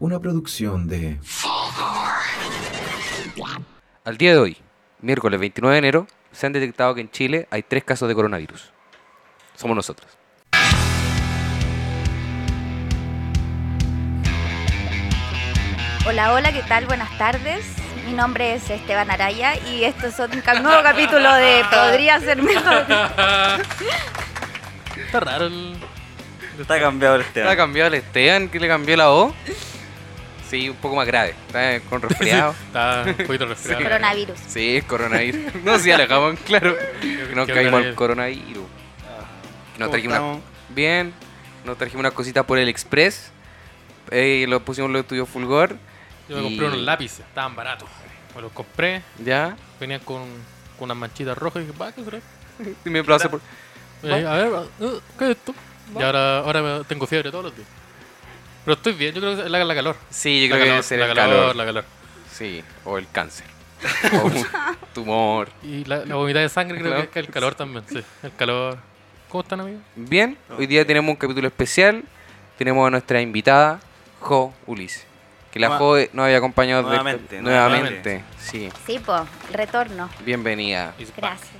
Una producción de Al día de hoy, miércoles 29 de enero, se han detectado que en Chile hay tres casos de coronavirus. Somos nosotros. Hola, hola, ¿qué tal? Buenas tardes. Mi nombre es Esteban Araya y esto es un ca- nuevo capítulo de Podría ser mejor. Está raro el... Está cambiado el tema. Ha cambiado el Esteban, que le cambió la voz. Sí, un poco más grave. Está con resfriado. Está un poquito resfriado. Coronavirus. Sí, es coronavirus. No, sí, alejamos, claro. Que nos Qué caímos al horror. coronavirus. Que Nos ¿Cómo trajimos una... estamos? Bien, nos trajimos unas cositas por el Express. Eh, lo pusimos los estudios Fulgor. Yo me Y- compré unos lápices, estaban baratos. Me los compré, Ya. venían con, con unas manchitas rojas y dije, "Va, ¿qué será?". Y me aplauso por... Eh, a ver, eh, ¿qué es esto? Y ahora, ahora me- tengo fiebre todos los días. Pero estoy bien, yo creo que es la, la calor. Sí, yo la creo que calor, debe ser la el calor, calor. La calor. Sí, o el cáncer. o un tumor. Y la, la vomitada de sangre creo Claro. que es el calor también, sí. El calor. ¿Cómo están, amigos? Bien, hoy día tenemos un capítulo especial. Tenemos a nuestra invitada, Jo Ulises. Que la Nueva- Jo nos había acompañado de- Nuevamente, nuevamente. Sí, Sí, po, retorno. bienvenida. Y- Gracias.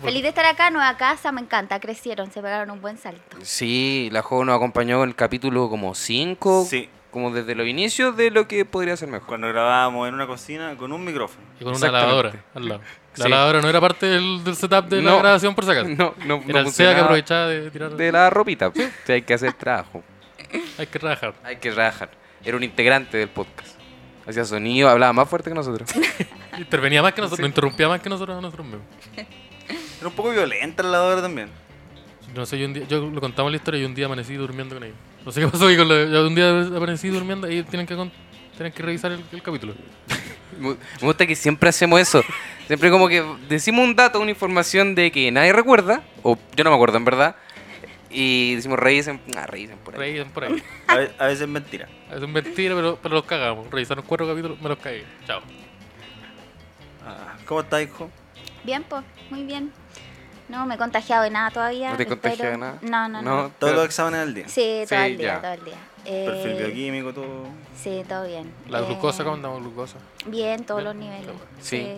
Bueno, Feliz de estar acá, nueva casa, me encanta. Crecieron, se pegaron un buen salto. Sí, la Jo nos acompañó en el capítulo como 5, Sí, como desde los inicios de lo que podría ser mejor. cuando grabábamos en una cocina con un micrófono. Y con una Exactamente. lavadora al lado. La Sí. lavadora no era parte del, del setup de No. la grabación, por si acaso. No, no, no Era el SEA que funcionaba aprovechaba de tirar. de la ropita. O sea, hay que hacer trabajo. Hay que rajar. Hay que rajar. Era un integrante del podcast. Hacía sonido, hablaba más fuerte que nosotros. Intervenía más que nosotros, interrumpía más que nosotros a nosotros mismos. Era un poco violenta la lavadora también. No sé, yo, un día, yo lo contamos la historia y un día amanecí durmiendo con ellos. No sé qué pasó, y con lo- yo un día amanecí durmiendo y tienen que, con- tienen que revisar el, el capítulo. Me me gusta que siempre hacemos eso. Siempre como que decimos un dato, una información de que nadie recuerda, o yo no me acuerdo en verdad, y decimos revisen, ah, revisen por ahí. Reían por ahí. A, ve- a veces mentira. Es un mentira, pero, pero los cagamos. Revisaron cuatro capítulos, me los caí. Chao. Ah, ¿Cómo estás, hijo? Bien, po, muy bien. No me he contagiado de nada todavía. ¿No te contagias de nada? No, no, no. Todos pero- los exámenes al día. Sí, todo Sí, el día, ya. todo el día. Eh, Perfil bioquímico, todo. Sí, todo bien. La Eh, glucosa, ¿cómo andamos glucosa? Bien, todos los Bien, qué niveles. bueno. Sí.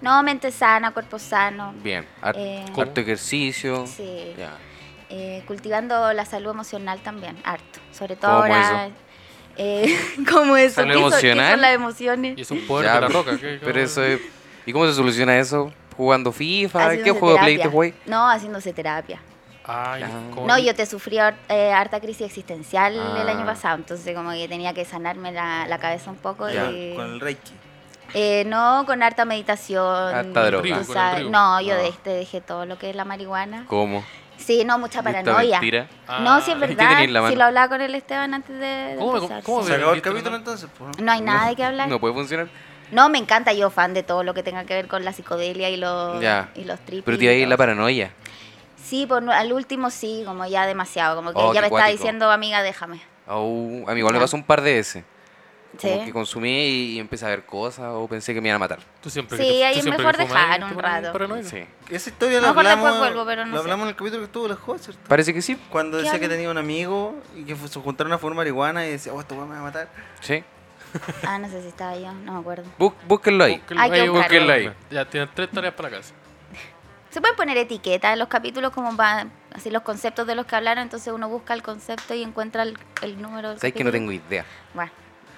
No, mente sana, cuerpo sano. Bien, har- Eh, harto ejercicio. Sí. Ya. eh, cultivando la salud emocional también, harto. Sobre todo ¿Cómo ahora. eh, ¿Cómo eso? ¿Salud ¿Qué son- qué emocional? son las Y emociones? es un poder Ya, de la pero- roca. ¿qué- qué Pero vamos eso a hacer? es- ¿Y cómo se soluciona eso? ¿Jugando FIFA? ¿Qué Haciéndose juego de Play te terapia. juegas? No, haciéndose terapia. Ay, Ah. ¿cómo? No, yo te sufrí har- eh, harta crisis existencial el Ah. año pasado, entonces como que tenía que sanarme la, la cabeza un poco. Ya, y- Con el Reiki. eh, no, con harta meditación. Harta droga. tú Con el trigo, sabes. con el trigo. No, yo Ah. de- te dejé todo lo que es la marihuana. ¿Cómo? Sí, no, mucha ¿Esta paranoia. mentira? Ah. No, sí es ¿Qué verdad. tenía en la mano? Si lo hablaba con el Esteban antes de. de ¿Cómo me- empezar, cómo sí. Se acabó el Listo, capítulo ¿no? entonces, pues. No hay nada de qué hablar. No No, puede funcionar. me encanta yo, fan de todo lo que tenga que ver con la psicodelia y los, Ya. y los triples. Pero te iba a ir la paranoia. Sí, por, no- al último sí, como ya demasiado. Como que Oh, qué ya me estaba cuático. diciendo, amiga, déjame. Au, a mí igual me Ya. pasó un par de veces. Como que Ah. Sí. consumí y, y empecé a ver cosas o pensé que me iban a matar. Tú siempre Sí, que te- ahí tú es siempre mejor que fumas, ¿eh? dejar te un pones rato. paranoico. Sí. Esa historia la Mejor después hablamos, vuelvo, pero no la sé. hablamos en el capítulo que estuvo la joven, ¿cierto? Parece que sí. Cuando ¿Qué decía que habla? tenía un amigo y que fu- se juntaron a fumar marihuana y decía, oh, esto me va a matar. Sí. Ah, no sé si estaba yo, no me acuerdo. Bú- búsquenlo ahí. Búsquenlo Hay que ahí, buscarlo. búsquenlo ahí. Ya tienen tres tareas para la casa. Se pueden poner etiquetas en los capítulos como van así los conceptos de los que hablaron, entonces uno busca el concepto y encuentra el, el número. del Sabes que no capítulo. tengo idea. Bueno,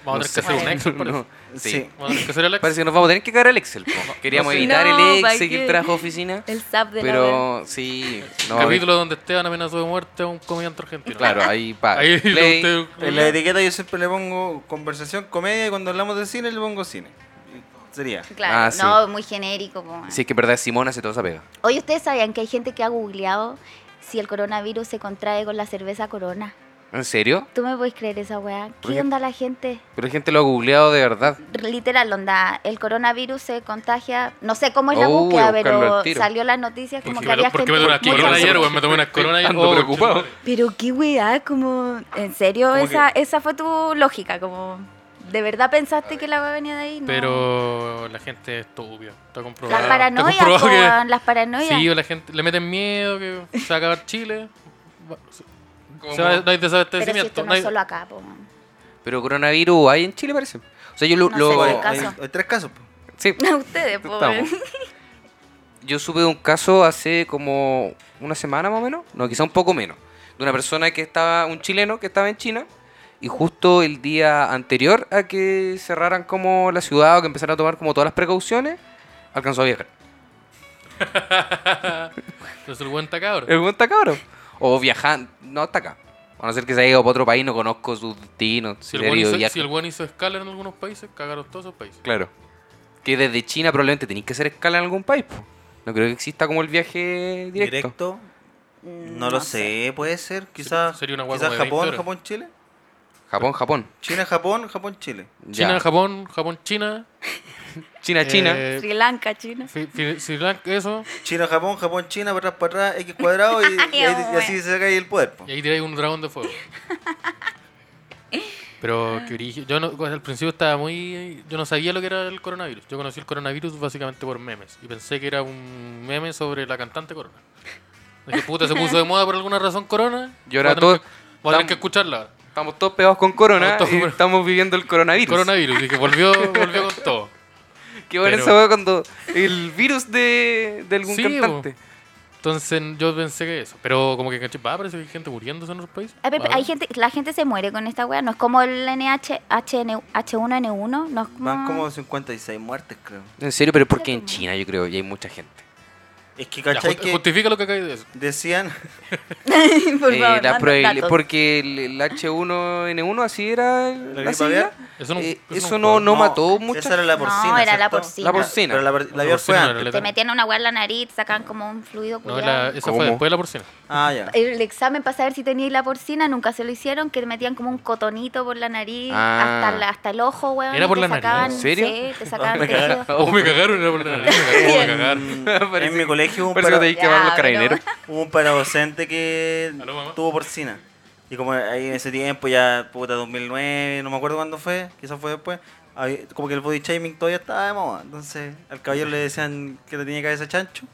Vamos No a tener que sé. hacer un Excel, parece. No, sí. Sí. Vamos a tener que hacer el Parece Excel. que nos vamos a tener que cagar el Excel. po. Queríamos No sé. evitar No, el ¿para Excel que qué? el trabajo oficina. el zap de la web. Pero sí. no, Un capítulo donde Esteban amenazó de muerte a un comediante argentino. Claro, ahí para. Ahí play. usted- En la etiqueta yo siempre le pongo conversación, comedia y cuando hablamos de cine le pongo cine. Y Sería. Claro, Ah, sí. no, muy genérico. po. Sí, es que en verdad Simona se toda esa pega. Oye, ¿ustedes sabían que hay gente que ha googleado si el coronavirus se contrae con la cerveza corona? ¿En serio? ¿Tú me puedes creer esa weá? ¿Por ¿Qué qué? onda la gente? Pero la gente lo ha googleado de verdad. Literal, onda, el coronavirus se contagia. No sé cómo es la Uy, a búsqueda, buscarlo al pero tiro. salió en las noticias como Porque que me, había lo- porque gente. me tomé una Mucha corona razón. ayer, weón, me tomé una corona ayer. Ando preocupado. Pero qué weá, como. ¿En serio? Como Esa, esa fue tu lógica, como. ¿De verdad pensaste que la weá venía de ahí? No. Pero la gente es estúpida. Está comprobado. Las está paranoias, comprobado po, que- weón, las paranoias. Sí, o la gente le meten miedo que se va a acabar Chile. Va- se- ¿Cómo? se va- no hay pero si desabastecimiento. esto no no hay- es solo acá, po, weón. Pero coronavirus hay en Chile, parece. O sea, yo lo. No lo- sé, Bueno, hay hay, casos. hay tres casos. po. sí, A ustedes, pobre. estamos. Yo supe de un caso hace como una semana más o menos, no, quizá un poco menos, de una persona que estaba, un chileno que estaba en China y justo el día anterior a que cerraran como la ciudad o que empezaran a tomar como todas las precauciones, alcanzó a viajar. Entonces el buen está cabrón. El weón está cabrón. O viajan, no está acá. A no ser que se haya ido para otro país, no conozco sus destinos. Si Si el se ha buen ido de hizo, viaje. si el buen hizo escala en algunos países, cagaron todos esos países. Claro. Que desde China probablemente tenéis que hacer escala en algún país. po. No creo que exista como el viaje directo. Directo. No, lo sé. puede ser. Quizás sería una hueá quizás como de 20 Japón, horas. Japón, Chile. Japón, Japón. China, Japón, Japón, Chile. Ya. China, Japón, Japón, China. China, China. eh, Sri Lanka, China. Fi- fi- Sri Lanka, eso. China, Japón, Japón, China, para atrás, para atrás, X cuadrado y, y ahí- y así se saca ahí el poder. po. Y ahí tiráis un dragón de fuego. Pero que Yo no, pues, al principio estaba muy. Yo no sabía lo que era el coronavirus. Yo conocí el coronavirus básicamente por memes. Y pensé que era un meme sobre la cantante Corona. Dije, puta, se puso de moda por alguna razón Corona. Y ahora Voy a tener todo- que- Voy a tener tam- que escucharla. Estamos todos pegados con corona Estamos todos y con- estamos viviendo el coronavirus. Coronavirus. Dije, volvió, volvió con todo. Qué bueno Pero- esa hueá cuando el virus de, de algún Sí, cantante. Entonces yo pensé que eso. Pero como que caché, va, parece que hay gente muriéndose en otros países. Ay, Pepe, Va. hay gente, la gente se muere con esta wea, no es como el NH, HN, H1N1, no es como... Van como 56 muertes, creo. En serio, pero porque en China yo creo y hay mucha gente. Es que, Ya, ¿cachai? ju- Que Justifica lo que acabas de decir. decían, Por Eh, favor, la manda probabili- datos. porque el, el H1N1 así era el- ¿La la gripe sigla. aviar? Eso no- Eh, eso no eso fue. no, no No, mató mucha Esa era la No, porcina. era la ¿cierto? porcina. La porcina. Pero la, por- la aviar fue porcina era antes. letal. Te metían una wea en la nariz, sacaban como un fluido No, culiao. la- esa fue ¿Cómo? después de la porcina. Ah, ya. El examen para saber si tenías la porcina nunca se lo hicieron, que te metían como un cotonito por la nariz, Ah. hasta, la- hasta el ojo, weón. ¿Era y por te la nariz? sacaban- ¿En serio? Sí, te sacaban Me cagaron. tejido. Oh, me cagaron, era por la nariz, me cagaron, me cagaron. En, Parece- Mm, en mi colegio hubo un, Por eso para, te dije que van Ya, los pero- carabineros. hubo un paradocente que Aló, mamá. tuvo porcina. Y como ahí en ese tiempo, ya puta 2009, no me acuerdo cuándo fue, quizás fue después, había- como que el body shaming todavía estaba de moda. Entonces al caballero le decían que le tenía cabeza de chancho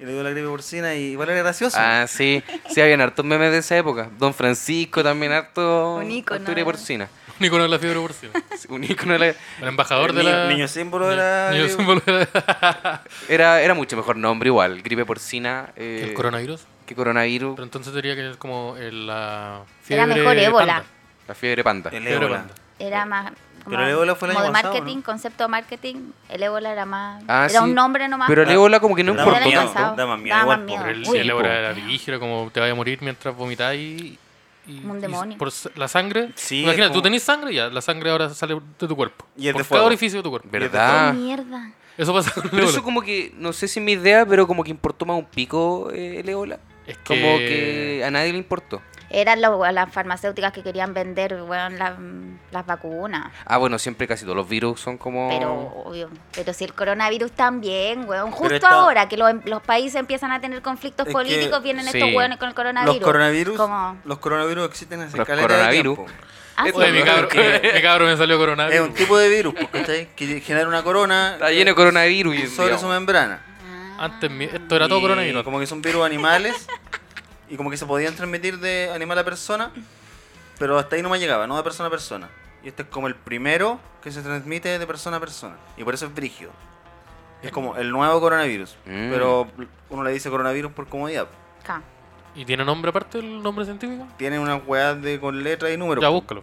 y le dio la gripe porcina y igual era gracioso. Ah, sí. Sí, habían hartos memes de esa época. Don Francisco también harto. Un ícono. harto de porcina. Un icono de la fiebre porcina. Sí, Un ícono de la- El embajador El de niño- la. niño símbolo de la- Niño símbolo de la- Era, era mucho mejor nombre igual. Gripe porcina. eh, El coronavirus. que Pero coronavirus. entonces diría que es como el, la fiebre. mejor ébola. panda. La fiebre panda. el Fiebre ébola. panda. Era más... Como, Pero el ébola fue el como de año pasado, marketing, ¿no? concepto de marketing, el ébola era más... Ah, sí. era un nombre nomás. Pero el Ah, ébola como que no Era da el importó año miedo, tanto. pasado. da más miedo Daba igual, más po. Pero el, miedo. Uy. el ébola era vigígero, como te vaya a morir mientras vomitáis. Y, Un y demonio. por s- la sangre. Sí, Imagina, es tú como- tenés sangre y ya la sangre ahora sale de tu cuerpo. Y es por cada de fuego. orificio de tu cuerpo. ¿Verdad? ¡Qué mierda! Eso pasa con el Pero eso ébola. como que, no sé si es mi idea, pero como que importó más un pico eh, el ébola. Es Como que- que a nadie le importó. Eran lo- las farmacéuticas que querían vender weón, la- las vacunas. Ah, bueno, siempre casi todos los virus son como... Pero obvio, pero si el coronavirus también, weón, justo está- ahora que los, em- los países empiezan a tener conflictos Es que- políticos, vienen sí. estos weones con el coronavirus. Los coronavirus, Como, los coronavirus existen hace Los caleta de coronavirus. tiempo. ah, sí. Oye, mi cabro, Que- mi cabro me salió Es coronavirus. un tipo de virus, po, ¿cachai? Que genera una corona. Está lleno de coronavirus. y- Sobre su membrana. Antes mi- esto era todo Y coronavirus. Como que son virus animales y como que se podían transmitir de animal a persona, pero hasta ahí no me llegaba, no de persona a persona. Y este es como el primero que se transmite de persona a persona. Y por eso es brígido. Es como el nuevo coronavirus. Mm. Pero uno le dice coronavirus por comodidad. Acá. ¿Y tiene nombre aparte el nombre científico? Tiene unas weas de con letras y números. Ya búscalo.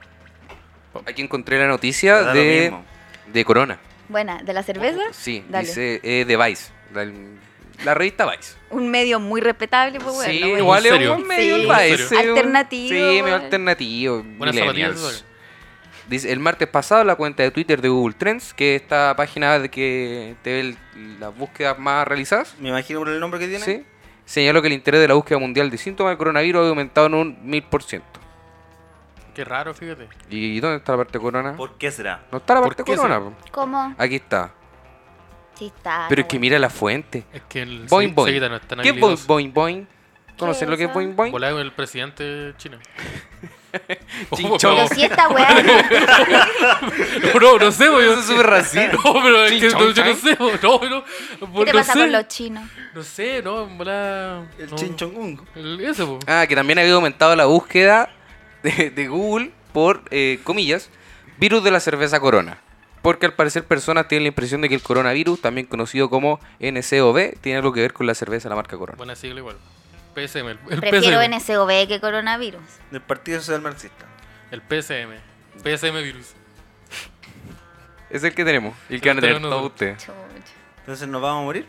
Aquí encontré la noticia Da lo de, mismo. de Corona. Buena, ¿de la cerveza? Sí, Dale. dice eh, de Vice. La, la revista Vice. Un medio muy respetable, pues bueno. sí, weón. igual ¿En es serio? un medio Sí. Vice. ¿En sí, un- Alternativo, Sí, medio igual. alternativo. Buenas millennials. zapatillas. Dice, el martes pasado la cuenta de Twitter de Google Trends, que esta página de que te ve el- las búsquedas más realizadas, Me imagino por el nombre que tiene. ¿sí? señaló que el interés de la búsqueda mundial de síntomas de coronavirus ha aumentado en un 1000%. Qué raro, fíjate. ¿Y dónde está la parte de corona? ¿Por qué será? No está la ¿Por parte qué corona. será? po. ¿Cómo? Aquí está. Sí, está. Pero es Ah, no, que weón. mira la fuente. Es que el Boing se- Boing. Seguida no es tan ¿Qué es Boing habilidoso. Boing Boing? ¿Conocen ¿Qué lo que es es Boing Boing? Volá con el presidente chino. Chinchón. Pero si esta weá. No, no sé, güey. Eso es súper racista. No, pero es que Chinchón, no- yo no sé, güey. No, no. ¿Qué no te pasa sé. con los chinos? No sé, no, en volá. El no. chinchongungo. El- Ese, po. Ah, que también había aumentado la búsqueda de, de Google por, eh, comillas, Virus de la cerveza corona. Porque al parecer personas tienen la impresión de que el coronavirus, también conocido como NCOV, tiene algo que ver con la cerveza de la marca Corona. Buena sigla igual. PSM. El, el Prefiero PSM. NSOV que coronavirus. Del Partido Social Marxista. El PSM. PSM virus. Es el que tenemos. Y el Sí, que van a tener tenemos todos ustedes. Chucha. Entonces, ¿nos vamos a morir?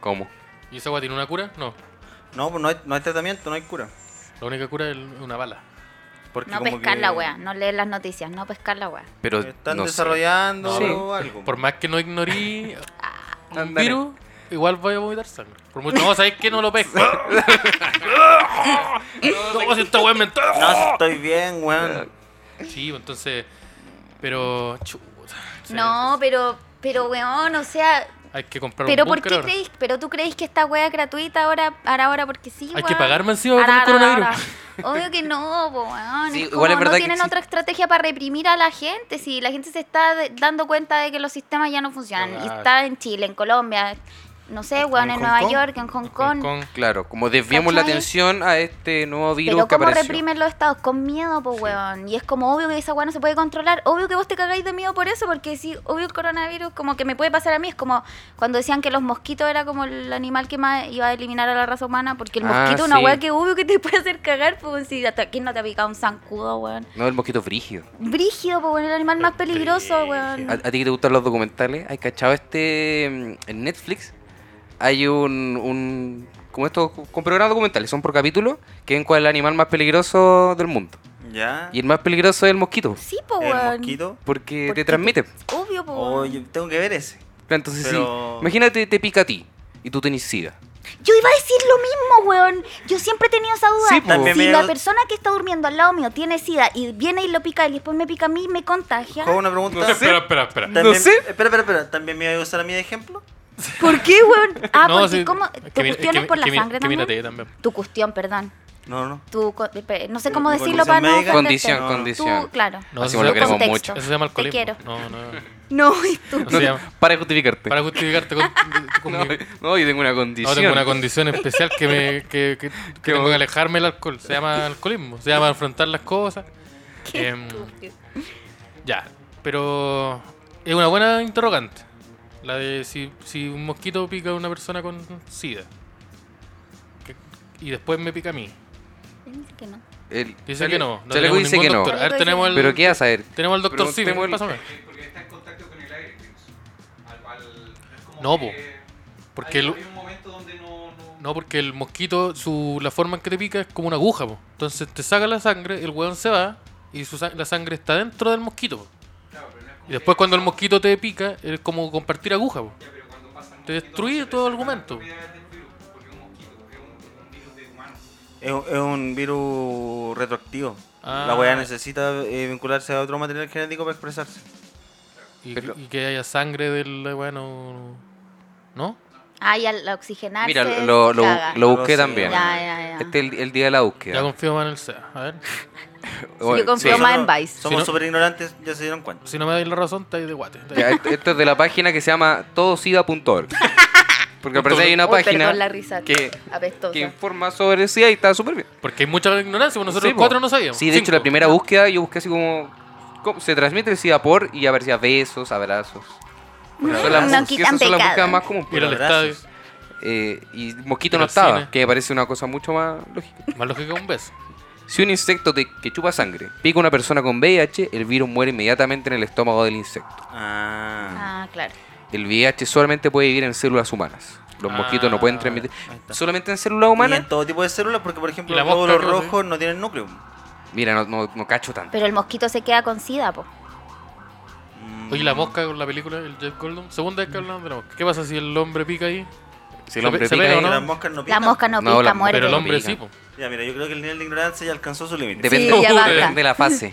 ¿Cómo? ¿Y esa agua tiene una cura? No. No, pues no hay, no hay tratamiento, no hay cura. La única cura es el- una bala. Porque No como pescar que la wea, no leer las noticias, no pescar la wea. Pero Están no sé. desarrollando Sí. algo. Por más que no ignorí un Ándale. virus, igual voy a vomitar sangre. Por mucho, no, ¿sabes qué? No lo pesco. no, si esta weá es mentira. No, si estoy bien, weón. Sí, entonces. Pero. chuta, sí, No, pero, pero weón, o sea, Hay que comprar pero un ¿por búnker qué ahora. creéis? Pero tú creéis que esta wea es gratuita ahora, ahora, ahora porque sí, Hay que weón? pagar más encima por Ahora, el ahora, coronavirus. ahora. Obvio que no, po, weón. Sí, es igual es verdad como, no que tienen existe- otra estrategia para reprimir a la gente. Si la gente se está de- dando cuenta de que los sistemas ya no funcionan. Y Claro. está en Chile, en Colombia, no sé, weón, en Hong Nueva Kong? York, en Hong Kong. Hong Kong. Claro, como desviamos la ¿Cachai? atención a este nuevo virus Pero que ¿cómo apareció. reprimen los estados? Con miedo, po, weón. Y es como obvio que esa weá no se puede controlar. Obvio que vos te cagáis de miedo por eso, porque sí, obvio el coronavirus, como que me puede pasar a mí. Es como cuando decían que los mosquitos era como el animal que más iba a eliminar a la raza humana, porque el Ah, mosquito es una sí. weá que obvio que te puede hacer cagar, pues si hasta aquí no te ha picado un zancudo, weón. No, el mosquito frígido. Brígido, po, weón, el animal más peligroso, weón. ¿A, a ti que te gustan los documentales, ¿hay cachado este mm, en Netflix? Hay un, un como estos con programas documentales, son por capítulo, que ven cuál es el animal más peligroso del mundo. Ya. Ah. Y el más peligroso es el mosquito, Sí, po, el weón. mosquito. porque ¿Por qué te transmite. Obvio, po. Oh, weón. yo tengo que ver ese. Entonces, sí, Pero- imagínate te pica a ti y tú tenés sida. Yo iba a decir lo mismo, weón. Yo siempre he tenido esa duda. Sí, po. También si me- la persona que está durmiendo al lado mío tiene sida y viene y lo pica y después me pica a mí, me contagia. Juego una pregunta. No, espera, espera, espera. También- No sé. Espera, espera, espera. ¿También me iba a usar a mí de ejemplo? ¿Por qué, weón? Ah, No, porque sí, como es tu que mi- es cuestión que es mi- por la que mi- sangre que mi también. teta también. Tu cuestión, perdón. No, no. Tu co- espe- no sé cómo Eh, decirlo condición para no médica. ofenderte. Condición, No. condición. Tú, claro. No, Así eso como lo se- queremos contexto. mucho. Eso se llama alcoholismo. quiero. No, no. No, y tú. no se llama. Para justificarte. Para justificarte con, con no, mi- no, yo tengo una No, condición. tengo una condición especial que me que, que- que tengo que alejarme del alcohol. Se llama alcoholismo. Se llama afrontar las cosas. Qué Em, estúpido. ya, pero es una buena interrogante. La de si, si un mosquito pica a una persona con sida. que- y después me pica a mí. Dice que no. El- Dice Chale- que no. no Chaleco tenemos dice que ningún no. doctor. A ver, Chaleco dice tenemos que el, Pero qué vas a ver. tenemos al doctor Sim. Preguntemos el- pásame. Porque está en contacto con el aire. pues. Al- al- es como No, que po. Porque hay, el- hay un momento donde no. no- No, porque el mosquito, su, la forma en que te pica es como una aguja, po. Entonces te saca la sangre, el hueón se va y su, sang- la sangre está dentro del mosquito, po. Y después cuando el mosquito te pica, es como compartir aguja, po. Te destruye todo argumento. Es, es un virus retroactivo. Ah. La weá necesita eh, vincularse a otro material genético para expresarse. Y, Pero- y que haya sangre del, bueno, ¿no? Ah, y al oxigenarse. Mira, lo, lo, caga. lo busqué Sí, también. Ya, ya, ya. Este es el, el día de la Ya búsqueda. confío más en el SEA. A ver, Bueno, yo confío sí. más en Nosotros Vice. Si Somos no- súper ignorantes, ya se dieron cuenta. si no me dais la razón, estáis de guate. Estáis- Ya, esto, esto es de la página que se llama todosida.org. Porque al parecer hay una Uy, página perdón la risa que, apestosa. que informa sobre SIDA y está súper bien. Porque hay mucha ignorancia, porque nosotros Sí, po. cuatro no sabíamos. Sí, de hecho, Cinco. la primera búsqueda yo busqué así como. ¿cómo se transmite el SIDA por? Y aparecía besos, abrazos. Porque son las Mm, No búsquedas- quitan esas son las pecado. búsquedas más comunes. pues. Ir al Abrazos. estadio, Eh, y mosquito Ir no al estaba, cine. que me parece una cosa mucho más lógica. más lógico que un beso. Si un insecto te- que chupa sangre pica a una persona con VIH, el virus muere inmediatamente en el estómago del insecto. Ah. Ah, claro. El VIH solamente puede vivir en células humanas. Los Ah, mosquitos no pueden transmitir. ahí está. ¿Solamente en células Y Ah. humanas? en todo tipo de células, porque por ejemplo Y la los mosca, glóbulos creo, sí. rojos no tienen núcleo. Mira, no, no- no cacho tanto. Pero el mosquito se queda con sida, po. Mm. Oye, la mosca con la película, el Jeff Goldblum. Segunda vez que hablamos de la mosca. ¿Qué pasa si el hombre pica ahí? Si el se hombre ve- se pica ve, ahí- ¿o Que no? Las moscas no La pican. mosca no No, pica, la- muere. Pero el hombre Pica. sí, po. Ya, mira, yo creo que el nivel de ignorancia ya alcanzó su límite. Depende, Sí, ya basta. depende de la fase.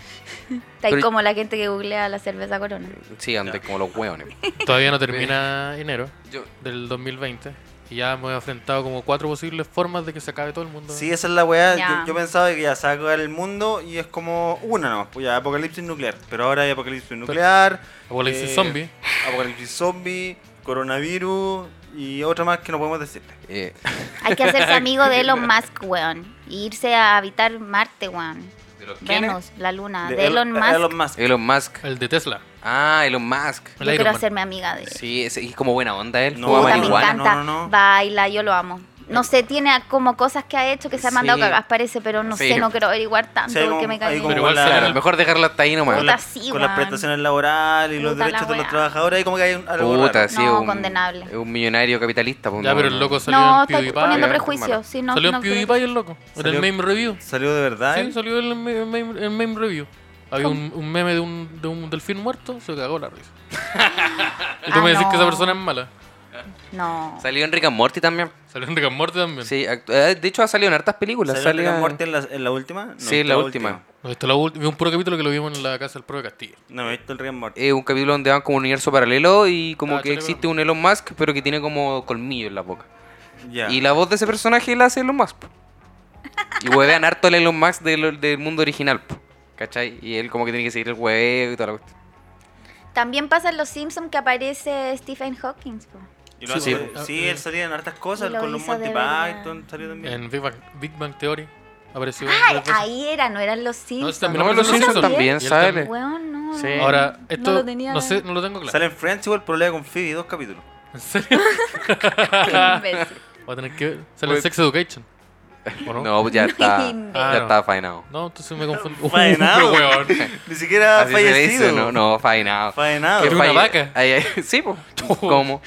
Está ahí Pero- como la gente que googlea la cerveza corona. Sí, antes como los hueones. Todavía no termina enero Yo- del 2020 y ya hemos enfrentado como cuatro posibles formas de que se acabe todo el mundo. Sí, esa es la weá. Ya. Yo, yo pensaba que ya se va a acabar el mundo y es como una nomás, pues ya, apocalipsis nuclear. Pero ahora hay apocalipsis nuclear, Apocalipsis eh, zombie. apocalipsis zombie, coronavirus y otra más que no podemos decirle. Eh, Hay que hacerse amigo de Elon Musk, weón. Y irse a habitar Marte, weón. de ¿Los quiénes? Venus, la luna, Ah, de, De El- Elon Musk. Elon Musk. Elon Musk. El de Tesla. Ah, Elon Musk. El Yo Iron quiero Man. hacerme amiga de él. Sí, es, es como buena onda él. No, fuma Puta, me marihuana, encanta. no, Eh. no, no. Baila, yo lo amo. No sé, tiene como cosas que ha hecho que se ha mandado Sí. cagadas, parece, pero no Sí. sé, no quiero averiguar tanto Sí, hay porque como- Ah, me hay cae Pero como bien. igual la- será A lo mejor dejarla hasta ahí nomás. con, la- sí, con las weón. prestaciones laborales y los Puta la derechos de los weá. trabajadores, y como que hay un, algo Puta, raro. sí, No, un, condenable. Es un millonario capitalista. pues, Ya, no, pero el no. loco salió No, en está PewDiePie. eh. poniendo ya, hermano. prejuicios. Sí, no, salió no en creo. PewDiePie el loco. En Salió- el meme review. ¿Salió de verdad? Sí, él? salió en el meme, meme- el meme review. Había un, un meme de un, de un delfín muerto, se cagó la risa. y tú Ah, me decís que esa no. persona es mala. No. Salió en Rick and Morty también. Salió en Rick and Morty también. Sí, act- eh, de hecho ha salido en hartas películas. ¿Salió Rick salía- and Morty en la, en la última? No, Sí, en la última. No, esto es la ulti- vi un puro capítulo que lo vimos en la casa del propio Castillo. No, he visto el Rick and Morty. Es eh, un capítulo donde van como un universo paralelo y como Ah, que chale, existe un Elon Musk, pero que tiene como colmillo en la boca. Ya. Y la voz de ese personaje la hace Elon Musk. po. Y huevean harto el Elon Musk del, del mundo original, po, ¿cachai? Y él como que tiene que seguir el hueveo y toda la cuestión. También pasa en Los Simpsons que aparece Stephen Hawking. po. Y lo Sí, hace- sí. sí, él salía en hartas Y cosas, lo con los hizo Monty de verdad. Python, salió también. En Big Bang, Big Bang Theory apareció. Ay, varias veces. ahí era, no eran Los Simpsons. también No, aparece los en Simpsons Simpsons. también, Y él ¿sabes? también. Weón, no. Sí. no. Ahora, No esto lo no, tenía la- sé, no lo tengo claro. Sale en Friends igual, problema con Phoebe, dos capítulos. ¿En serio? Imbécil. Voy a tener que ver. Sale Pues- en Sex Education. ¿O no? No, pues ya está. Ah, ya no. está faenado. No, entonces me confundí. Faenado. Weón. Ni siquiera Así se Ah, fallecido. le dice, no, no, faenado. Faenado. Era una vaca. Ay, ay, sí, pues. ¿Cómo?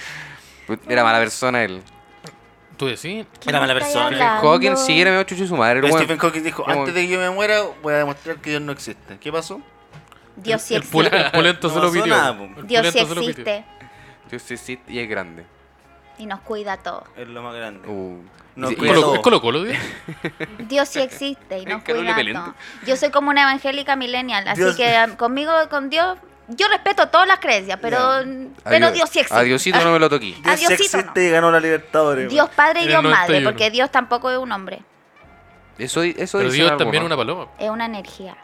Pues, Era mala persona él. ¿Tú decís? Era mala ¿Qué persona. estáis hablando? Hawking sí era medio chuchu su madre. el Pero weón. Stephen Hawking dijo, Como- antes de que yo me muera, voy a demostrar que Dios no existe. ¿Qué pasó? Dios sí el, pul- existe. el pulento No se lo pasó pidió. nada, El po. Dios sí pulento se lo pidió. existe. Yo sí, sí, y es grande. Y nos cuida a todos. Es lo más grande. Uh. No, Y- y- Es Colo- todo. es Colo Colo, ¿sí? Dios sí existe y nos Es que no le cuida. peleen. no. Yo soy como una evangélica millennial, así Dios- que um, conmigo, con Dios, yo respeto todas las creencias, pero, pero Adiós- Dios sí existe. Ah. Adiosito no me lo toqué. Dios sí Adiosito, existe y ganó la Libertadores. Dios Padre y En el Dios Madre, 91. porque Dios tampoco es un hombre, Eso, eso Pero dicen Dios algunos. también una paloma. es una energía.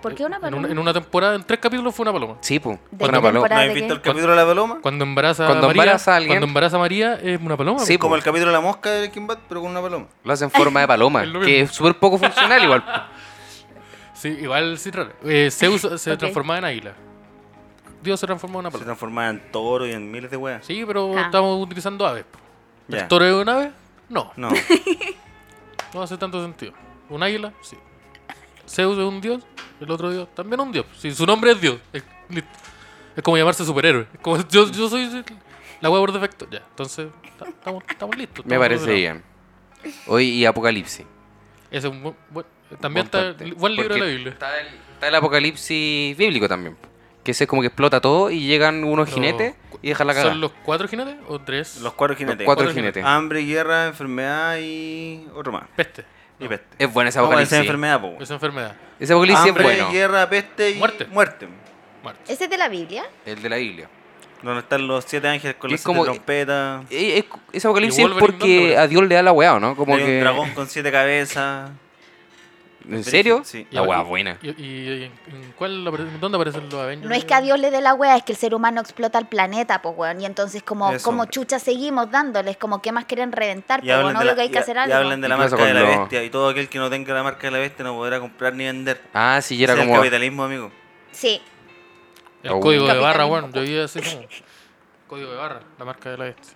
¿Por qué una Eh, En paloma? una, en una temporada, en tres capítulos fue una paloma. Sí, pues. ¿De Una qué paloma. ¿No temporada? habéis ¿De visto el qué? capítulo de la paloma? Cuando embaraza Cuando a María, embaraza a alguien. cuando embaraza a María es una paloma. Sí, Como po. el capítulo de la mosca de Breaking Bad, pero con una paloma. Lo hacen en forma de paloma, Es lo que mismo. es súper poco funcional igual. po. pues. Sí, igual sí, raro. Eh, Zeus se Ok. transformaba en águila. Dios se transformaba en una Se paloma. transformaba en toro y en miles de weas. Sí, pero Ah. estamos utilizando aves. po. Ya. ¿El toro es una ave? No, No. no hace tanto sentido. ¿Un águila? Sí. Zeus es un dios, el otro dios también un dios. Si su nombre es Dios, es, listo. Es como llamarse superhéroe. Es como, yo, yo soy la wea por defecto. Ya, entonces ta- estamos, estamos listos. Me estamos parece ordenados. bien. Hoy y Apocalipsis. Ese es un buen- buen- Buen también está parte. li- buen libro de la Porque Biblia. Está el, está el Apocalipsis bíblico también. po. Que ese es como que explota todo y llegan unos Los- jinetes y dejan la cagada. ¿Son los cuatro jinetes o tres? Los cuatro Los jinetes. cuatro Cuatro jinetes. Hambre, guerra, enfermedad y otro más. Peste. Y peste. Es bueno ese No, esa Apocalipsis. enfermedad, po. Esa enfermedad. ese Apocalipsis Oh, Hambre, es bueno. guerra, peste y Muerte. muerte. Marte. ¿Ese es de la Biblia? El de la Biblia. Donde están los siete ángeles con Que las es siete como- trompetas. Eh, eh, Ese Apocalipsis Y es Wolverine porque dándole. a Dios le da la weá, ¿o ¿no? Como Hay que... un dragón con siete cabezas. ¿En serio? Sí. La Y- weá y- buena. ¿Y, y- y- en cuál, apare- dónde aparecen los Avengers? No es que a Dios le dé la wea, es que el ser humano explota el planeta, pues weón. Y entonces como, Eso. como chucha seguimos dándoles, como que más quieren reventar, Y pues hablan, weón, de obvio la, que hay que y- hacer y algo. hablan de la ¿Y qué pasa marca de la con los- bestia. Y todo aquel que no tenga la marca de la bestia no podrá comprar ni vender. Ah, sí, y Ese era Es como... el capitalismo, amigo. Sí. El Oh. código de barra, Capitalismo. bueno. Yo vi así como. Código de barra, la marca de la bestia.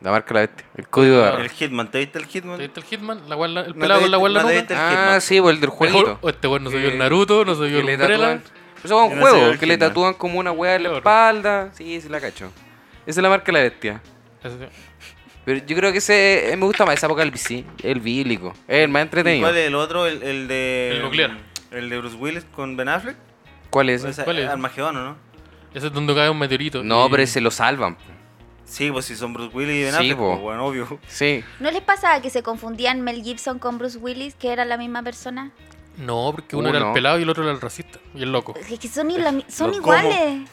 La marca de la bestia. El código de barra. El Hitman, ¿te viste el ¿Te Hitman? viste el Hitman? La guarda- el No pelado con te la diste- guarda no te nuda. diste- Ah, Hitman. sí, pues el del jueguito. O este bueno no se vio Que- el Naruto, no se vio que el le Umbrella. tatúan. Eso es Que un no juego, se vea el que le Hitman. tatúan como una weá en la Claro. espalda. Sí, sí, la cacho. Esa es la marca de la bestia. Eso sí. Pero yo creo que ese eh, me gusta más ese apocalipsis, el bíblico. Es el más ¿Y entretenido. ¿Cuál es el otro? El, el de. El nuclear. El de Bruce Willis con Ben Affleck. ¿Cuál es? Esa- ¿Cuál es? Armagedón, ¿o ¿no? Ese es donde cae un meteorito. No, y- pero ese lo salvan. Sí, pues si son Bruce Willis y Ben Sí, Affleck, po. pues, bueno, obvio. Sí. ¿No les pasaba que se confundían Mel Gibson con Bruce Willis, que era la misma persona? No, porque uno Uh, era no. el pelado y el otro era el racista. Y el loco. Es que son, ila- son Eh, ¿cómo? iguales.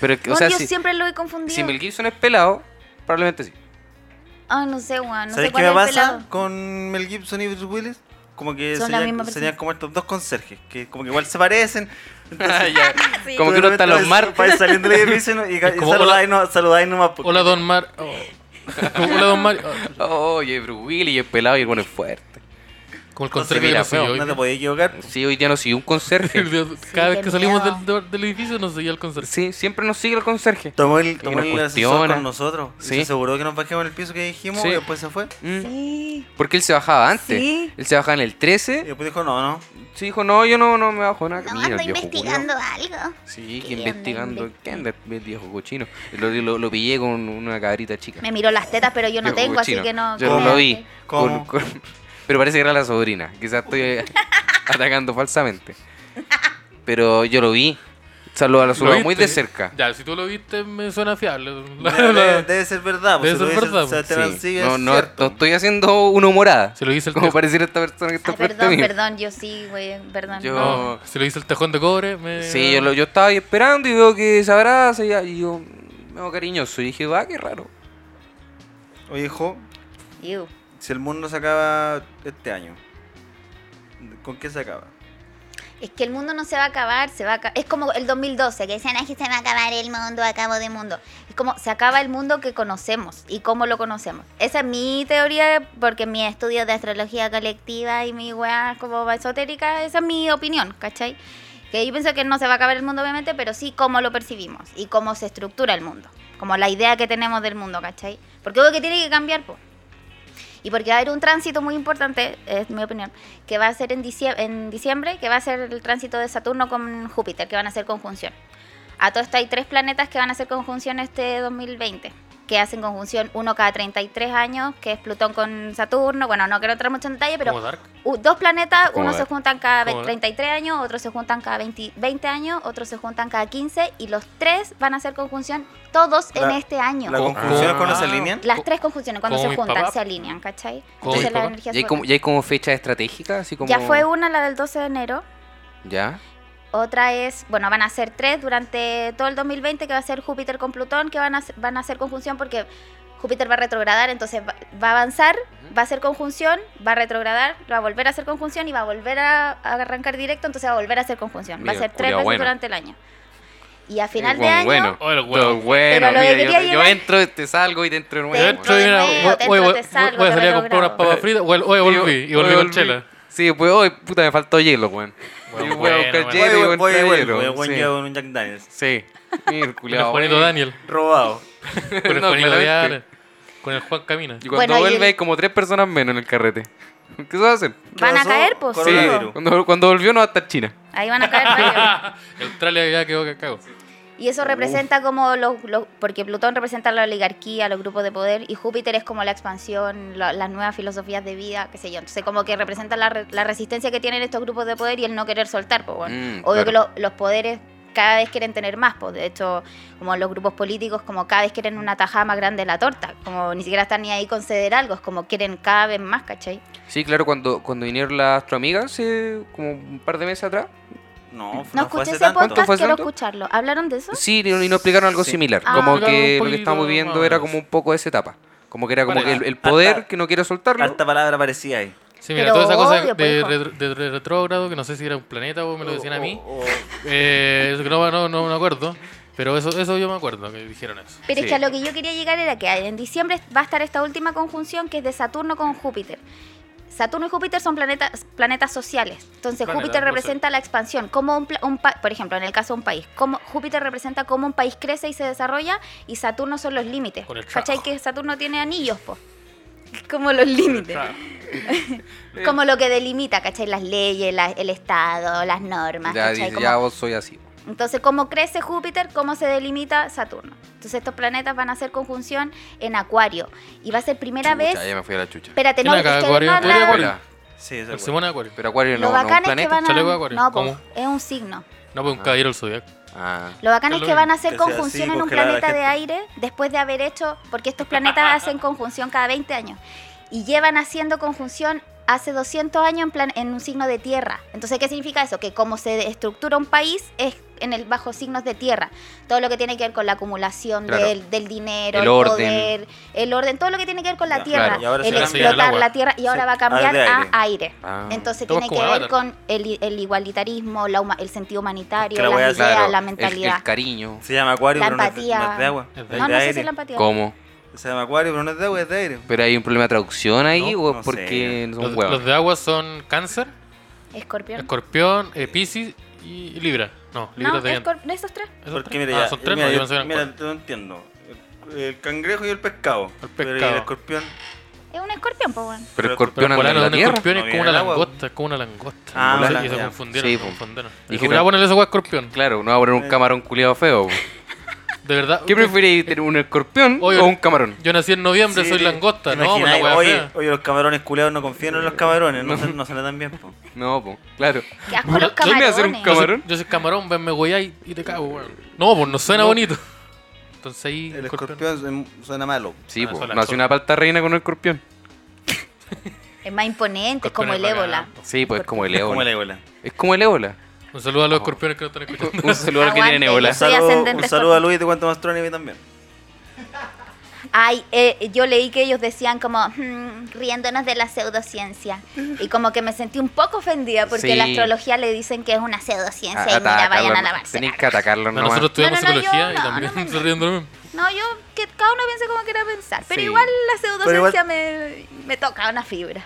Pero, es que, o Weón, sea, yo si, siempre lo he confundido. si Mel Gibson es pelado, probablemente sí. Ah, no sé, weón. No ¿Sabes sé qué cuál me es el pasa pelado. con Mel Gibson y Bruce Willis? Como que Son la misma serían, persona. serían como estos dos conserjes, que como que igual se parecen. Entonces, Ah, Sí. Ah, Como que uno está los martes. Para saliendo del edificio y, y como, saludáis, no, pues. saludáis nomás. porque- Hola, Don Mar. oh. Hola, Don Mario. Oye, Bruce Willis es pelado y el bueno es fuerte. Como el Entonces, conserje que mira, nos siguió feo, hoy. no te podías equivocar. Sí, hoy día nos sigue un conserje. Cada Sí, vez qué que salimos miedo. del, del- del edificio nos seguía el conserje. Sí, siempre nos sigue el conserje. Tomó el, Y tomó nos el ascensor cuestiona. con nosotros. y ¿eh? Sí. se aseguró que nos bajemos en el piso que dijimos Sí. y después se fue. Mm, Sí. Porque él se bajaba antes. Sí. Él se bajaba en el Y 13. después dijo, no, no. Sí, dijo, no, yo no, no me bajo nada. No, Mira, ando el viejo culiao. investigando algo. Sí, ¿Qué que anda investigando. investigando? ¿Qué anda el viejo cochino? Lo, lo, lo pillé con una cabrita chica. Me miró las tetas, pero yo no Viejo tengo, así cochino. que no. Yo no lo vi. ¿Cómo? Con- con- pero parece que era la sobrina. Quizás estoy atacando falsamente. Pero yo lo vi. Saludo a la ¿Lo sobrina viste? muy de cerca. Ya, si tú lo viste, me suena fiable. La- Debe, la- debe- debe ser verdad. pues, Debe ser si lo dice verdad, pues. Sebastián Sí. Sigue, No, es no, cierto. no estoy haciendo una humorada. se lo dice el Como tejón. pareciera esta persona que está Ay, frente a perdón, mí. perdón, yo sí, güey, perdón. Yo- No. No, se lo dice el tejón de cobre. Me... Sí, yo, lo, yo estaba ahí esperando y veo que se abraza y, y yo me hago cariñoso. Y dije, va, qué raro. Oye, hijo, Iu. si el mundo se acaba este año, ¿con qué se acaba? Es que el mundo no se va a acabar, se va a aca- es como el 2012, que decían, "Ay, que se va a acabar el mundo, acabo de mundo. Es como se acaba el mundo que conocemos y cómo lo conocemos. Esa es mi teoría, porque mi estudio de astrología colectiva y mi weá como esotérica, esa es mi opinión, ¿cachai? Que yo pienso que no se va a acabar el mundo, obviamente, pero sí cómo lo percibimos y cómo se estructura el mundo. Como la idea que tenemos del mundo, ¿cachai? Porque algo que tiene que cambiar, pues. Y porque va a haber un tránsito muy importante, es mi opinión, que va a ser en diciembre, en diciembre, que va a ser el tránsito de Saturno con Júpiter, que van a ser conjunción. A todo esto hay tres planetas que van a hacer conjunción este 2020, que hacen conjunción uno cada 33 años, que es Plutón con Saturno. Bueno, no quiero entrar mucho en detalle, pero Como Dark. u- dos planetas, ¿Cómo unos va? se juntan cada ¿Cómo va? 33 años, otros se juntan cada 20, 20 años, otros se juntan cada 15 y los tres van a hacer conjunción todos en La- este año. ¿La Con- conclusión es cuando se Ah. alinean? Las tres conjunciones cuando como se mi juntan papá. se alinean, ¿cachai? Como Entonces mi la papá. energía ¿Ya hay, se como, vuelve. ya hay como fecha estratégica? Así como, Ya fue una la del 12 de enero, ¿Ya? otra es, bueno, van a ser tres durante todo el 2020 que va a ser Júpiter con Plutón, que van a, van a hacer conjunción porque Júpiter va a retrogradar, entonces va, va a avanzar, va a hacer conjunción, va a retrogradar, va a volver a hacer conjunción y va a volver a, a arrancar directo, entonces va a volver a hacer conjunción. Mira, va a ser tres culiao veces bueno. durante el año. Y a final Eh, de bueno, año... Bueno, Oh, el Todo huevo. bueno, Pero lo mira, que yo, quería yo llegar- entro, te salgo y te entro de nuevo. Te entro Yo de entro y nuevo, una- te voy- entro, voy- te salgo, voy a te salir a comprar unas logro. papas fritas. Oye, Yo- volví y volví hoy con chela. Sí, pues hoy, puta, me faltó hielo, weón. Bueno, Yo voy a bueno, buscar bueno. hielo y voy a voy, entrar voy, hielo, voy, voy, sí. llevo un Jack Daniels. Sí. Mira, el Con el culiao, Juanito weón. Daniel. Robado. Con el No, Juanito claramente. Daniel. Con el Juan Camina. Y cuando Bueno, y vuelve el- hay como tres personas menos en el carrete. ¿Qué se va a hacer? ¿Qué Van a pasó? caer, pues, Sí, Coronavirus. cuando, cuando volvió no va a estar China. Ahí van a caer varios. el trailer ya quedó que cago. Y eso representa como los, los- Porque Plutón representa la oligarquía, los grupos de poder, y Júpiter es como la expansión, la- las nuevas filosofías de vida, qué sé yo. Entonces, como que representa la, re- la resistencia que tienen estos grupos de poder y el no querer soltar, pues bueno. Mm, Obvio que claro. lo- los poderes cada vez quieren tener más, pues de hecho, como los grupos políticos, como cada vez quieren una tajada más grande de la torta, como ni siquiera están ni ahí con ceder algo, es como quieren cada vez más, ¿cachai? Sí, claro, cuando, cuando vinieron las astroamigas hace como un par de meses atrás. No, No fue escuché hace ese tanto. podcast, fue hace quiero tanto? escucharlo. ¿Hablaron de eso? Sí, y no- y nos explicaron algo Sí. similar. Ah. como Explicaron que un lo que poquito estábamos viviendo más. era como un poco esa etapa. Como que era como que Parece. el, el poder Harta- que no quiere soltarlo. Harta palabra parecía ahí. Sí, mira, Pero toda esa cosa obvio, de, pues, retro- de re- retrógrado, que no sé si era un planeta o me lo decían a mí. O- o- Eh, eso que no, no, no me acuerdo. Pero eso, eso yo me acuerdo que dijeron eso. Pero Sí. es que a lo que yo quería llegar era que en diciembre va a estar esta última conjunción que es de Saturno con Júpiter. Saturno y Júpiter son planetas, planetas sociales. Entonces Planetas, Júpiter no representa la expansión, como un, pla- un pa- por ejemplo, en el caso de un país, como Júpiter representa cómo un país crece y se desarrolla y Saturno son los límites. Con el ¿Cachai trabajo. que Saturno tiene anillos, po? Como los límites. Como lo que delimita, ¿cachai? Las leyes, la- el Estado, las normas, ya ¿cachai? dice, Como- ya vos soy así. entonces, ¿cómo crece Júpiter? ¿Cómo se delimita Saturno? Entonces, estos planetas van a hacer conjunción en Acuario. Y va a ser primera Chucha, vez... ya me fui a la chucha. Espérate, eh. ¿Quién no, es acá, que Acuario? además ¿Acuario, la- Acuario? Sí, eso El es Simón Acuario. Pero Acuario lo no, no es bacán un es que planeta. van a... Chaleco de Acuario, No, po, ¿cómo? es un signo. No, pues un caballero del zodiaco. Ah. Lo bacán Es es lo que van a mismo. hacer Que sea conjunción así, en un congelar a la planeta de gente. aire después de haber hecho, porque estos planetas hacen conjunción cada 20 años. Y llevan haciendo conjunción hace 200 años en, plan, en un signo de tierra. Entonces, ¿qué significa eso? Que como se estructura un país es en el bajo signos de tierra. Todo lo que tiene que ver con la acumulación Claro. del, del dinero, El el, orden. poder, el orden, todo lo que tiene que ver con la Ya, tierra, claro. Y ahora se el va a enseñar el explotar agua. la tierra y ahora Sí, va a cambiar ahora de Ah, aire. a aire. Ah. Entonces Estamos tiene como que en ver Avatar. con el, el igualitarismo, la huma- el sentido humanitario, Que la las wea- ideas, Claro, la el- mentalidad. el cariño. Se llama acuario, La pero no es de- empatía. no es de agua. Es es de de No, no sé si aire. es la empatía. ¿Cómo? Se llama acuario, pero no es de agua, es de aire. Pero hay un problema de traducción ahí, No, o no sé. porque son Los, huevos. los de agua son cáncer, Escorpión. escorpión, eh, piscis y libra. No, libra no, es de allá. escorp- de esos tres. ¿Esos Porque tres? mira, ya, Ah, son tres, mira, no, yo yo- pensé que eran mira, cuatro. te lo entiendo. El, el cangrejo y el pescado. El Pero y pescado. el escorpión. Es un escorpión, pues bueno. Pero pero- el Pero escorpión por anda ahí en no, la un tierra. escorpión es No, como viene una el agua, langosta, es como una langosta. Ah, Y se- volá, y se ya. confundieron, Sí, se po. confundieron. Dijeron- Dijo, voy a ponerle ese agua a escorpión. Claro, no va a poner un camarón culiado feo. po. De verdad. ¿Qué preferís, tener un escorpión Oye, o un camarón? Yo nací en noviembre, Sí, soy te- langosta. No, pues te la imagináis, hueá oye, fea. oye, los camarones culeados no confían en los camarones, no, se- no sale tan bien. po. No, po, claro. Qué asco los Yo me voy a camarones. hacer un Yo soy- ¿Camarón? Yo soy camarón, venme hueá y, y te cago, weón. No, pues no suena No. bonito. Entonces ahí. El escorpión. escorpión suena- suena malo. Sí, Ah, po, sola, no hace sola. una palta reina con un escorpión. Es más imponente, es como el Escorpión es ébola. bacán. Sí, pues es como el Como el ébola. ébola. Es como el ébola. Un saludo a los escorpiones que no están escuchando. Un saludo a los que Aguante, tienen Un ébola. Soy saludo, ascendente un saludo a escorpión. Luis de Cuanto Mastronomy también. Ay, eh, yo leí que ellos decían como "Hmm, riéndonos de la pseudociencia. Y como que me sentí un poco ofendida porque Sí. la astrología le dicen que es una pseudociencia y Ah, mira, vayan a Atacarlo. lavarse. Tenéis que atacarlo No, nomás. nosotros estudiamos No, no, no, yo psicología y no, también no, no, se ríen de lo mismo. No, yo que cada uno piense como quiera pensar. Pero Sí. igual la Pero pseudociencia me, me toca una fibra.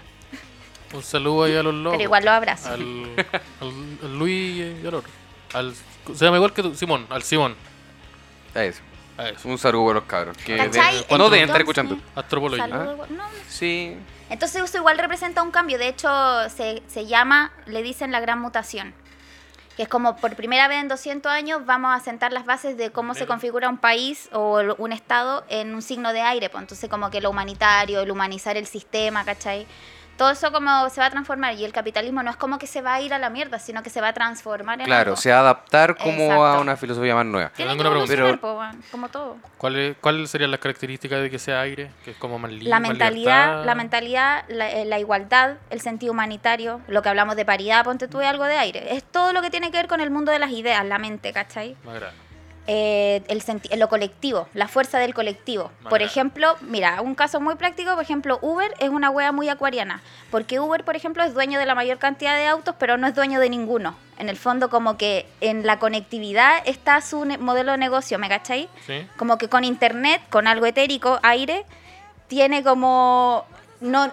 Un saludo ahí a los locos. Pero igual lo abrazo. Al, al- al Luis y al otro. Al, se llama igual que tú, Simón. Al Simón. Ah, eso. A eso. Un saludo a los cabros. Que ¿Cachai? de- no deben estar Entonces, escuchando. Antropología. saludo igual- no, no. Sí. Entonces eso igual representa un cambio. De hecho, se, se llama, le dicen la gran mutación. Que es como por primera vez en 200 años vamos a sentar las bases de cómo se Mira. configura un país o el- un estado en un signo de aire. Pues. Entonces como que lo humanitario, el humanizar el sistema, ¿cachai? Todo eso como se va a transformar y el capitalismo no es como que se va a ir a la mierda, sino que se va a transformar en Claro, algo. se va a adaptar como a Exacto. una filosofía más nueva. Tiene Tengo que una pregunta. evolucionar, po, weón, como todo. ¿Cuáles cuáles serían las características de que sea aire? Que es como más libre. La mentalidad, la mentalidad, la, eh, la igualdad, el sentido humanitario, lo que hablamos de paridad, ponte tú y algo de aire. Es todo lo que tiene que ver con el mundo de las ideas, la mente, ¿cachai? Eh, el senti- lo colectivo, la fuerza del colectivo. Por Bacán. ejemplo, mira, un caso muy práctico, por ejemplo, Uber es una wea muy acuariana, porque Uber, por ejemplo, es dueño de la mayor cantidad de autos, pero no es dueño de ninguno. En el fondo, como que en la conectividad está su ne- modelo de negocio, ¿me cachai? ¿Sí? como que con internet, con algo etérico, aire, tiene como. No,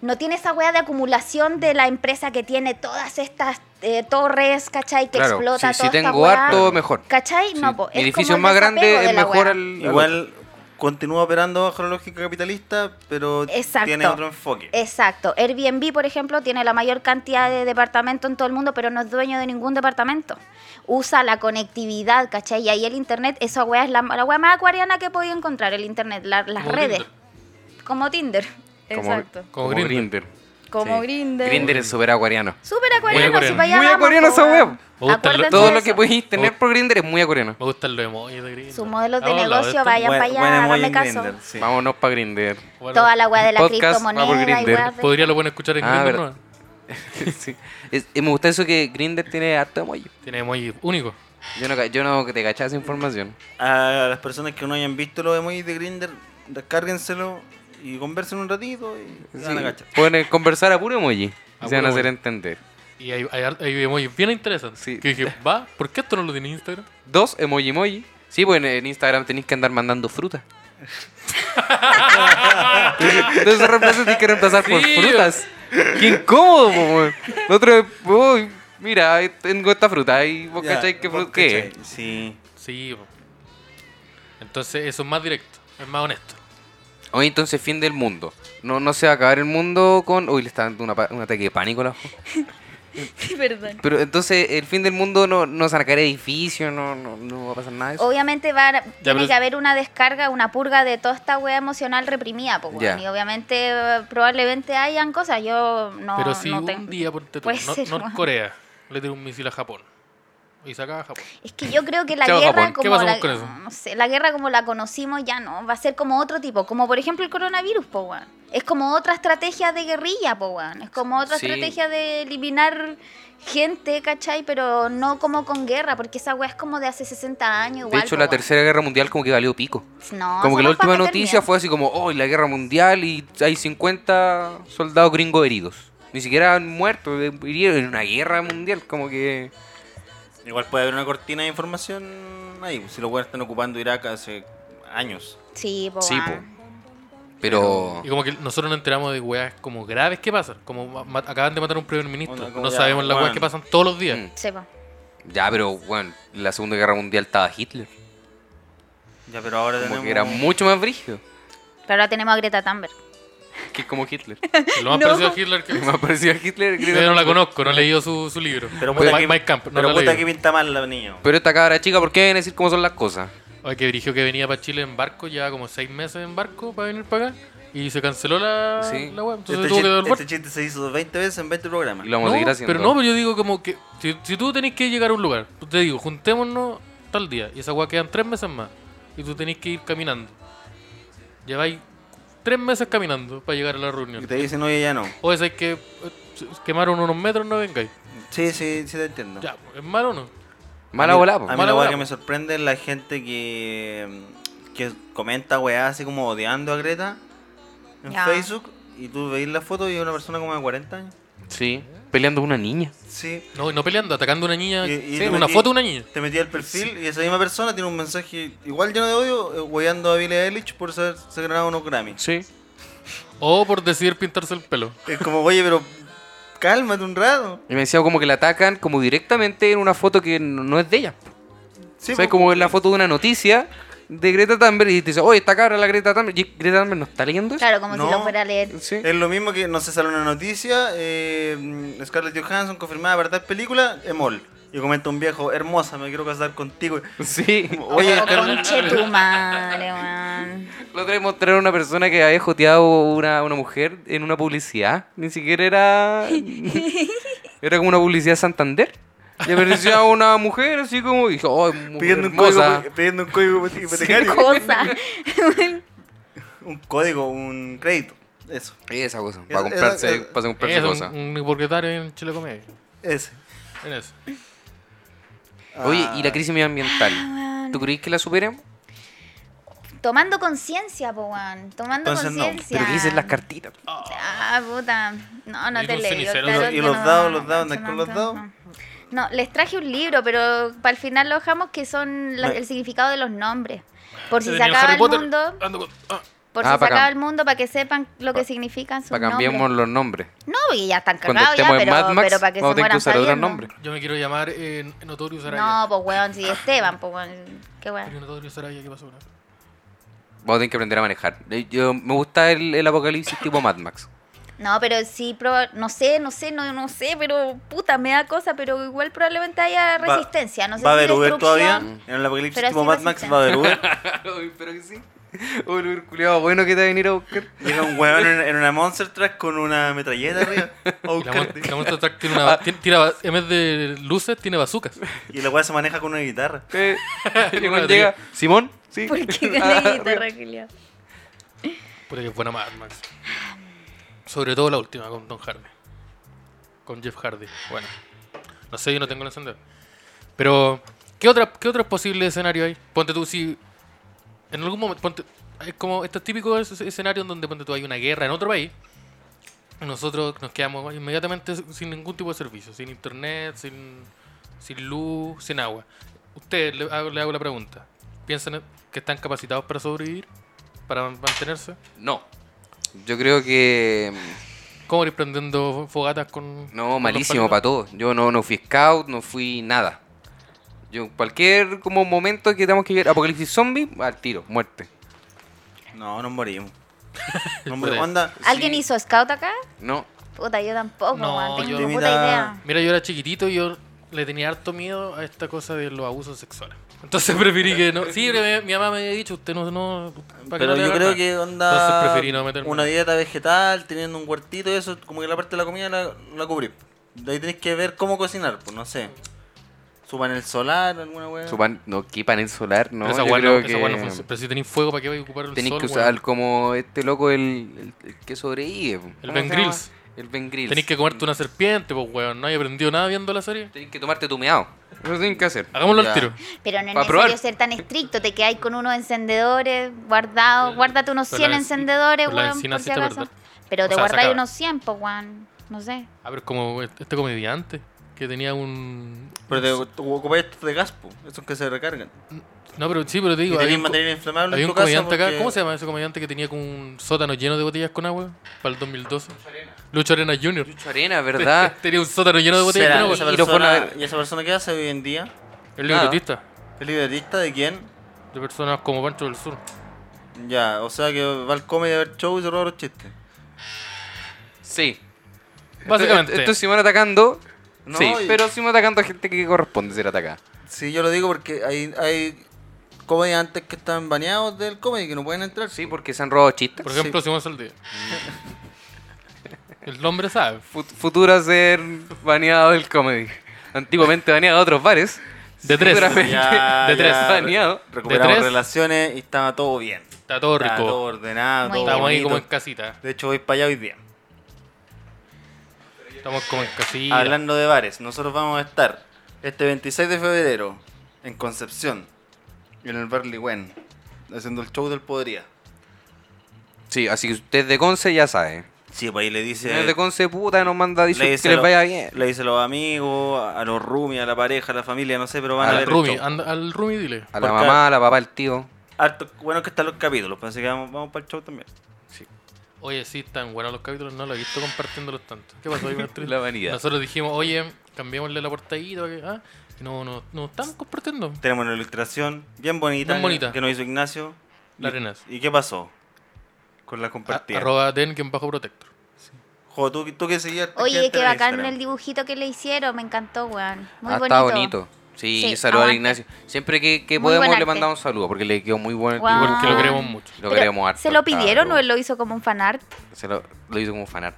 no tiene esa wea de acumulación de la empresa que tiene todas estas eh, torres, ¿cachai? Que Claro, explota si, toda si esta tengo weá. harto, mejor. ¿Cachai? Si no, po, mi es edificio como es más el grande, desapego de es la mejor wea. al. al otro. Igual continúa operando bajo la lógica capitalista, pero Exacto. Eh, tiene otro enfoque. Exacto. Airbnb, por ejemplo, tiene la mayor cantidad de departamentos en todo el mundo, pero no es dueño de ningún departamento. Usa la conectividad, ¿cachai? Y ahí el Internet, esa weá es la, la weá más acuariana que he podido encontrar, el Internet, la- las Como redes. Grindr. Como Tinder. Como- Exacto. Como Como Grindr. Grinder. Como Sí. Grindr. Grinder es súper acuariano. Súper acuariano, Muy si para allá Muy vamos, acuariano po, esa weón. wea. Me gusta Acuérdense Todo de lo eso. que podéis tener Oh. por Grinder es muy acuariano. Me gustan los emojis de Grindr. Sus modelos de Hemos hablado negocio, esto. vaya para Buen- buen allá, emoji hágame en caso. Grindr, sí. Vámonos para Grinder. Bueno, Toda la weá de la Podcast va por criptomoneda y Grindr. weá de- Podría lo pueden escuchar en Ah, Grindr, verdad. ¿no? Sí. Es- y me gusta eso que Grinder tiene harto emoji. Tiene emoji único. Yo no, ca- yo no te cachaba esa información. A las personas que no hayan visto los emojis de Grinder, descárguenselo y conversen un ratito y se van a Sí, cachar. Pueden eh, conversar a puro emoji. A y se van a puro hacer emoji. entender. Y hay, hay, har- hay emojis bien interesantes. Sí. Que dije, va, ¿por qué esto no lo tiene Instagram? Dos emoji emoji. Sí, pues en, en Instagram tenéis que andar mandando fruta. Entonces de repente tenés que reemplazar por Sí. frutas. Qué incómodo, po, weón. La otra vez, uy, mira, tengo esta fruta y vos Ya, cachai que vos fruta. ¿Qué? es? cachai, Sí. Sí, po. Entonces eso es más directo, es más honesto. Hoy entonces fin del mundo. No, no se va a acabar el mundo con. Uy, le está dando una pa- un ataque de pánico a la jo- Perdón. Pero entonces el fin del mundo no, no se van a caer edificios, no, no, no va a pasar nada de eso. Obviamente va a- pero- tiene que haber una descarga, una purga de toda esta wea emocional reprimida, po, weón. Ya. Y obviamente eh, probablemente hayan cosas, yo no, Pero si no un tengo. día, ponte tú, Puede Nor- ser, weón. Norcorea le tira un misil a Japón y saca a Japón. Es que yo creo que la Chao, guerra Japón. ¿Qué como pasamos la, con eso? no sé, la guerra como la conocimos ya no, va a ser como otro tipo, como por ejemplo el coronavirus, po, weón. Es como otra estrategia de guerrilla, po, weón. Es como otra Sí. estrategia de eliminar gente, ¿cachai? Pero no como con guerra, porque esa weá es como de hace 60 años. De igual, hecho, po, la weón. tercera guerra mundial como que valió pico. No, como esa que la weá fue última para noticia terminar. fue así como, hoy la guerra mundial y hay 50 soldados gringos heridos. Ni siquiera han muerto, eh, hirieron en una guerra mundial, como que... Igual puede haber una cortina de pues, información ahí. Si los buenos están ocupando Irak hace años. Sí, po, Sí, weón. Pero. Y como que nosotros nos enteramos de weas como graves que pasan. Como ma- ma- acaban de matar a un primer ministro. Onda, como no ya, sabemos las weas weón. que pasan todos los días. Mm. Sepa. Ya, pero bueno, en la Segunda Guerra Mundial estaba Hitler. Ya, pero ahora Como tenemos. que era mucho más brígido Pero ahora tenemos a Greta Thunberg. que como Hitler. Lo más No. parecido a Hitler que. Me ha parecido a Hitler. Yo Greta no la Thunberg. conozco, no he leído su, su libro. Pero Mike, puta que, Mike Camp, no pero lo he puta que leído. pinta mal la niña. Pero esta cabra chica, ¿por qué viene a decir cómo son las cosas? Oye, que dirigió que venía para Chile en barco, ya como seis meses en barco para venir para acá. Y se canceló la, Sí. la wea. Entonces tuvo Este que chiste, devolver. este chiste se hizo 20 veces en 20 programas. Y lo vamos a seguir No, haciendo. Pero no, pero yo digo como que si, si tú tenés que llegar a un lugar, tú te digo, juntémonos tal día, y esa weá quedan tres meses más, y tú tenés que ir caminando. Lleváis tres meses caminando para llegar a la Y reunión. te dicen, oye, ya no. O es que eh, se- se quemaron unos metros, no vengáis. Sí, sí, sí te entiendo. Ya, pues, ¿es malo o no? Mala A mí- bola, A po. mí Mala la bola, weá que po. me sorprende es la gente que, que comenta weá así como odiando a Greta en Ya. Facebook y tú veis la foto y es una persona como de 40 años. Sí. Peleando con una niña. Sí. No, y no peleando, atacando a una niña, Y- y sí, te una metí- foto de una niña. Te metí al perfil y esa misma persona tiene un mensaje igual lleno de odio eh, weyando a Billie Eilish por ser, se ganado unos Grammy. Sí. O por decidir pintarse el pelo. Es como, oye, pero cálmate un rato. Y me decía como que la atacan como directamente en una foto que no no es de ella. Sí, pues, o sea, es po. como en la foto de una noticia de Greta Thunberg y te dice, oye, esta cabra es la Greta Thunberg. Y Greta Thunberg no está leyendo eso. Claro, como No. si lo fuera a leer. Sí. Es lo mismo que, no sé, sale una noticia, eh, Scarlett Johansson confirmada para tal película, Emol. Y comenta un viejo, hermosa, me quiero casar contigo. Sí. Oye, Oh, Scarlett- conche tu madre, weón. Lo otro día mostraron a una persona que había joteado una, una mujer en una publicidad. Ni siquiera era. era como una publicidad de Santander. Y aparecía una mujer así como. Y dijo, oh, mujer pidiendo un, hermosa. código, pidiendo un código hipotecario. Cosa. un código, un crédito. Eso, Esa cosa. Esa- Para comprarse, esa- para comprarse Es cosas. un, un hipocritario en Chile Comedia. ese. En eso. Oye, Ah, ¿y la crisis Ah, medioambiental? ¿Tú crees que la superemos? Tomando conciencia, po, weón. Tomando Entonces no. conciencia. Pero ¿qué dicen las cartitas? Ah, puta. No, no Y te los leí. ceniceros. claro Y que los no, dados, no, los no, dados, no, ¿andas no, con los no, dados? No. No, les traje un libro, pero para el final lo dejamos que son la- Me- el significado de los nombres. Por si se Tenía acaba Harry el Potter, mundo, ando con- ah. por Ah, si se pa' cam- acaba el mundo, para que sepan lo que pa- significan sus Para cambiemos nombres. los nombres. No, porque ya están Cuando cagados ya, estemos en pero, Mad Max, pero para que se vamos a tener que mueran usar otros sabiendo. nombres. Yo me quiero llamar eh, Notorious Araya. No, pues weón, sí, Esteban, pues weón. Qué Pero weón. Notorious Araya, ¿qué pasó? weón? Vamos a tener que aprender a manejar. Eh, Yo, me gusta el, el apocalipsis tipo Mad Max. No, pero sí, proba- no sé, no sé, no, no sé, pero puta, me da cosa, pero igual probablemente haya va- resistencia. no sé ¿Va si a haber Uber todavía? destrucción. En el apocalipsis Pero tipo sí Mad Max resistencia. va a haber Uber. Uy, pero que sí. Un Uber culiado bueno que te va a venir a buscar. Llega un huevón en, en una Monster Truck con una metralleta arriba. a Y La, mon- buscarte. la Monster Truck tiene una. tiene- tira ba- en vez de luces, tiene bazucas. Y la weá se maneja con una guitarra. Eh, y cuando llega, Simón, sí. ¿Por qué Ah, gané guitarra, Julio? Puta que es buena Mad Max. Sobre todo la última con Don Hardy. Con Jeff Hardy. Bueno. No sé, yo no tengo el encendedor. Pero, ¿qué, otra, ¿qué otros posibles escenarios hay? Ponte tú, si. En algún momento. Ponte, es como estos típicos es- escenarios en donde ponte tú hay una guerra en otro país. y Nosotros nos quedamos inmediatamente sin ningún tipo de servicio. Sin internet, sin, sin luz, sin agua. Ustedes, le hago, le hago la pregunta. ¿Piensan que están capacitados para sobrevivir? ¿Para mantenerse? No. Yo creo que. mm, ¿Cómo ir prendiendo fogatas con.? No, malísimo para todo. Yo no, no fui scout, no fui nada. Yo, cualquier como momento que tengamos que llegar, apocalipsis zombie, al tiro, muerte. No, nos morimos. Puta. No, hombre, onda. ¿Alguien Sí. hizo scout acá? No. Puta, yo tampoco, No, weón. Tengo yo- ni puta Mira- idea. Mira, yo era chiquitito y yo le tenía harto miedo a esta cosa de los abusos sexuales. Entonces preferí que no. Sí, pero mi, mi mamá me había dicho, usted no. no para que Pero no te yo haga creo nada". que onda. Entonces preferí no meterme. Una dieta vegetal, teniendo un huertito y eso, como que la parte de la comida la, la cubrís. De ahí tenés que ver cómo cocinar, pues no sé. Su panel solar, alguna weá. Su pan- no, qué panel solar, no. Pero esa yo guay no, creo esa que guay no funciona. Pero si tenéis fuego, ¿para qué vais a ocupar el tenéis sol? que weón? usar como este loco el, el- el que sobrevive. ¿cómo se Ben llama? Grills. El Ben Grills. Tenéis que comerte una serpiente, pues, weón. No hay aprendido nada viendo la serie. Tenés que tomarte tu meado. Eso tienen que hacer. Hagámoslo Ya. al tiro. Pero no es Pa' necesario probar. ser tan estricto, te quedáis con unos encendedores guardados, Eh, guárdate unos pero 100 la enci- encendedores, pero la weón, encina por sí si está acaso. verdad. O Pero te sea, se guardáis acaba. unos 100, pues, weón, no sé. A ver, como este este comediante que tenía un. pues, Pero te, te ocupáis estos de gaspo, esos que se recargan. No, pero sí, pero te digo. y había tenéis un co- material inflamable Había en un tu casa comediante acá, porque- ¿cómo se llama ese comediante que tenía como un sótano lleno de botellas con agua? Para el 2012. Lucho Arena Jr. Lucho Arena, ¿verdad? Tenía un sótano lleno de botellas Será, con agua. esa Y lo fueron a persona- ver. ¿Y esa persona qué hace hoy en día? El Nada. libretista ¿Es liberalista de quién? de personas como Pancho del Sur. Ya, o sea que va al comedy a ver show y se roba los chistes. Sí. Básicamente. Esto si van atacando. No, sí, y- pero si van atacando a gente que corresponde ser atacada. Sí, yo lo digo porque hay, hay comediantes que están baneados del comedy que no pueden entrar. Sí, porque se han robado chistes. Por ejemplo, Simón Saldía. El nombre sabe. Fut- Futura ser baneado del comedy. Antiguamente baneado de otros bares. De tres. Futuramente Ya, de tres, ya, baneado. re- Recuperamos De tres. relaciones y estaba todo bien. Está todo Estaba todo rico. ordenado, Muy todo Estamos ahí bonito. como en casita. De hecho, voy para allá hoy día. Estamos como en casita. Hablando de bares, nosotros vamos a estar este 26 de febrero en Concepción, en el Bar Ligüen, haciendo el show del Podría. Sí, así que usted es de Conce ya sabe. Sí, pues ahí le Si dice... no es de Conce, puta, nos manda dice le que dice les a vaya los- bien. Le dice a los amigos, a a los roomies, a la pareja, a la familia, no sé, pero van a, Al ver el Rumi, show. anda- al Rumi dile. A la porque- mamá, a la papá, al tío. Harto- bueno que están los capítulos, pensé que vamos, vamos para el show también. Oye, sí, están buenos los capítulos, no los he visto compartiéndolos tanto. ¿Qué pasó ahí, Beatriz? La vanidad. Nosotros dijimos, oye, cambiémosle la portadita. para que- ah, y no, no, no están compartiendo. Tenemos una ilustración bien bonita, Bien bonita. que nos hizo Ignacio. La Arenas. ¿Y qué pasó? Con la A- compartida. Arroba den que en bajo protector. Jo, tú, tú que seguías. Oye, qué bacán el dibujito que le hicieron, me encantó, weón. Muy Ah, bonito. está bonito. Sí, Sí, saludar a aguante. Ignacio. Siempre que, que Muy buen podemos le arte. mandamos un saludo porque le quedó muy bueno. Guau. dibujo. Ah. Porque lo queremos mucho. Lo Pero, queremos harto. ¿Se lo pidieron cabrón. o él lo hizo como un fanart? Se lo, lo hizo como fanart.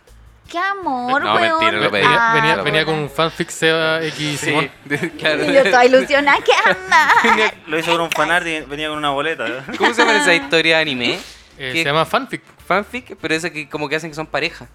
¡Qué amor, No, weón! mentira, lo pedí. Venía, Ah, eh, venía, lo venía puta. con un fanfic Seba X Simón. Eh, claro. Y yo toda ilusionada, ¡qué ama! Lo hizo con un fanart y venía con una boleta. ¿eh? ¿Cómo se llama esa historia de anime? Eh, ¿Qué? se llama fanfic. Fanfic, pero esa que como que hacen que son pareja.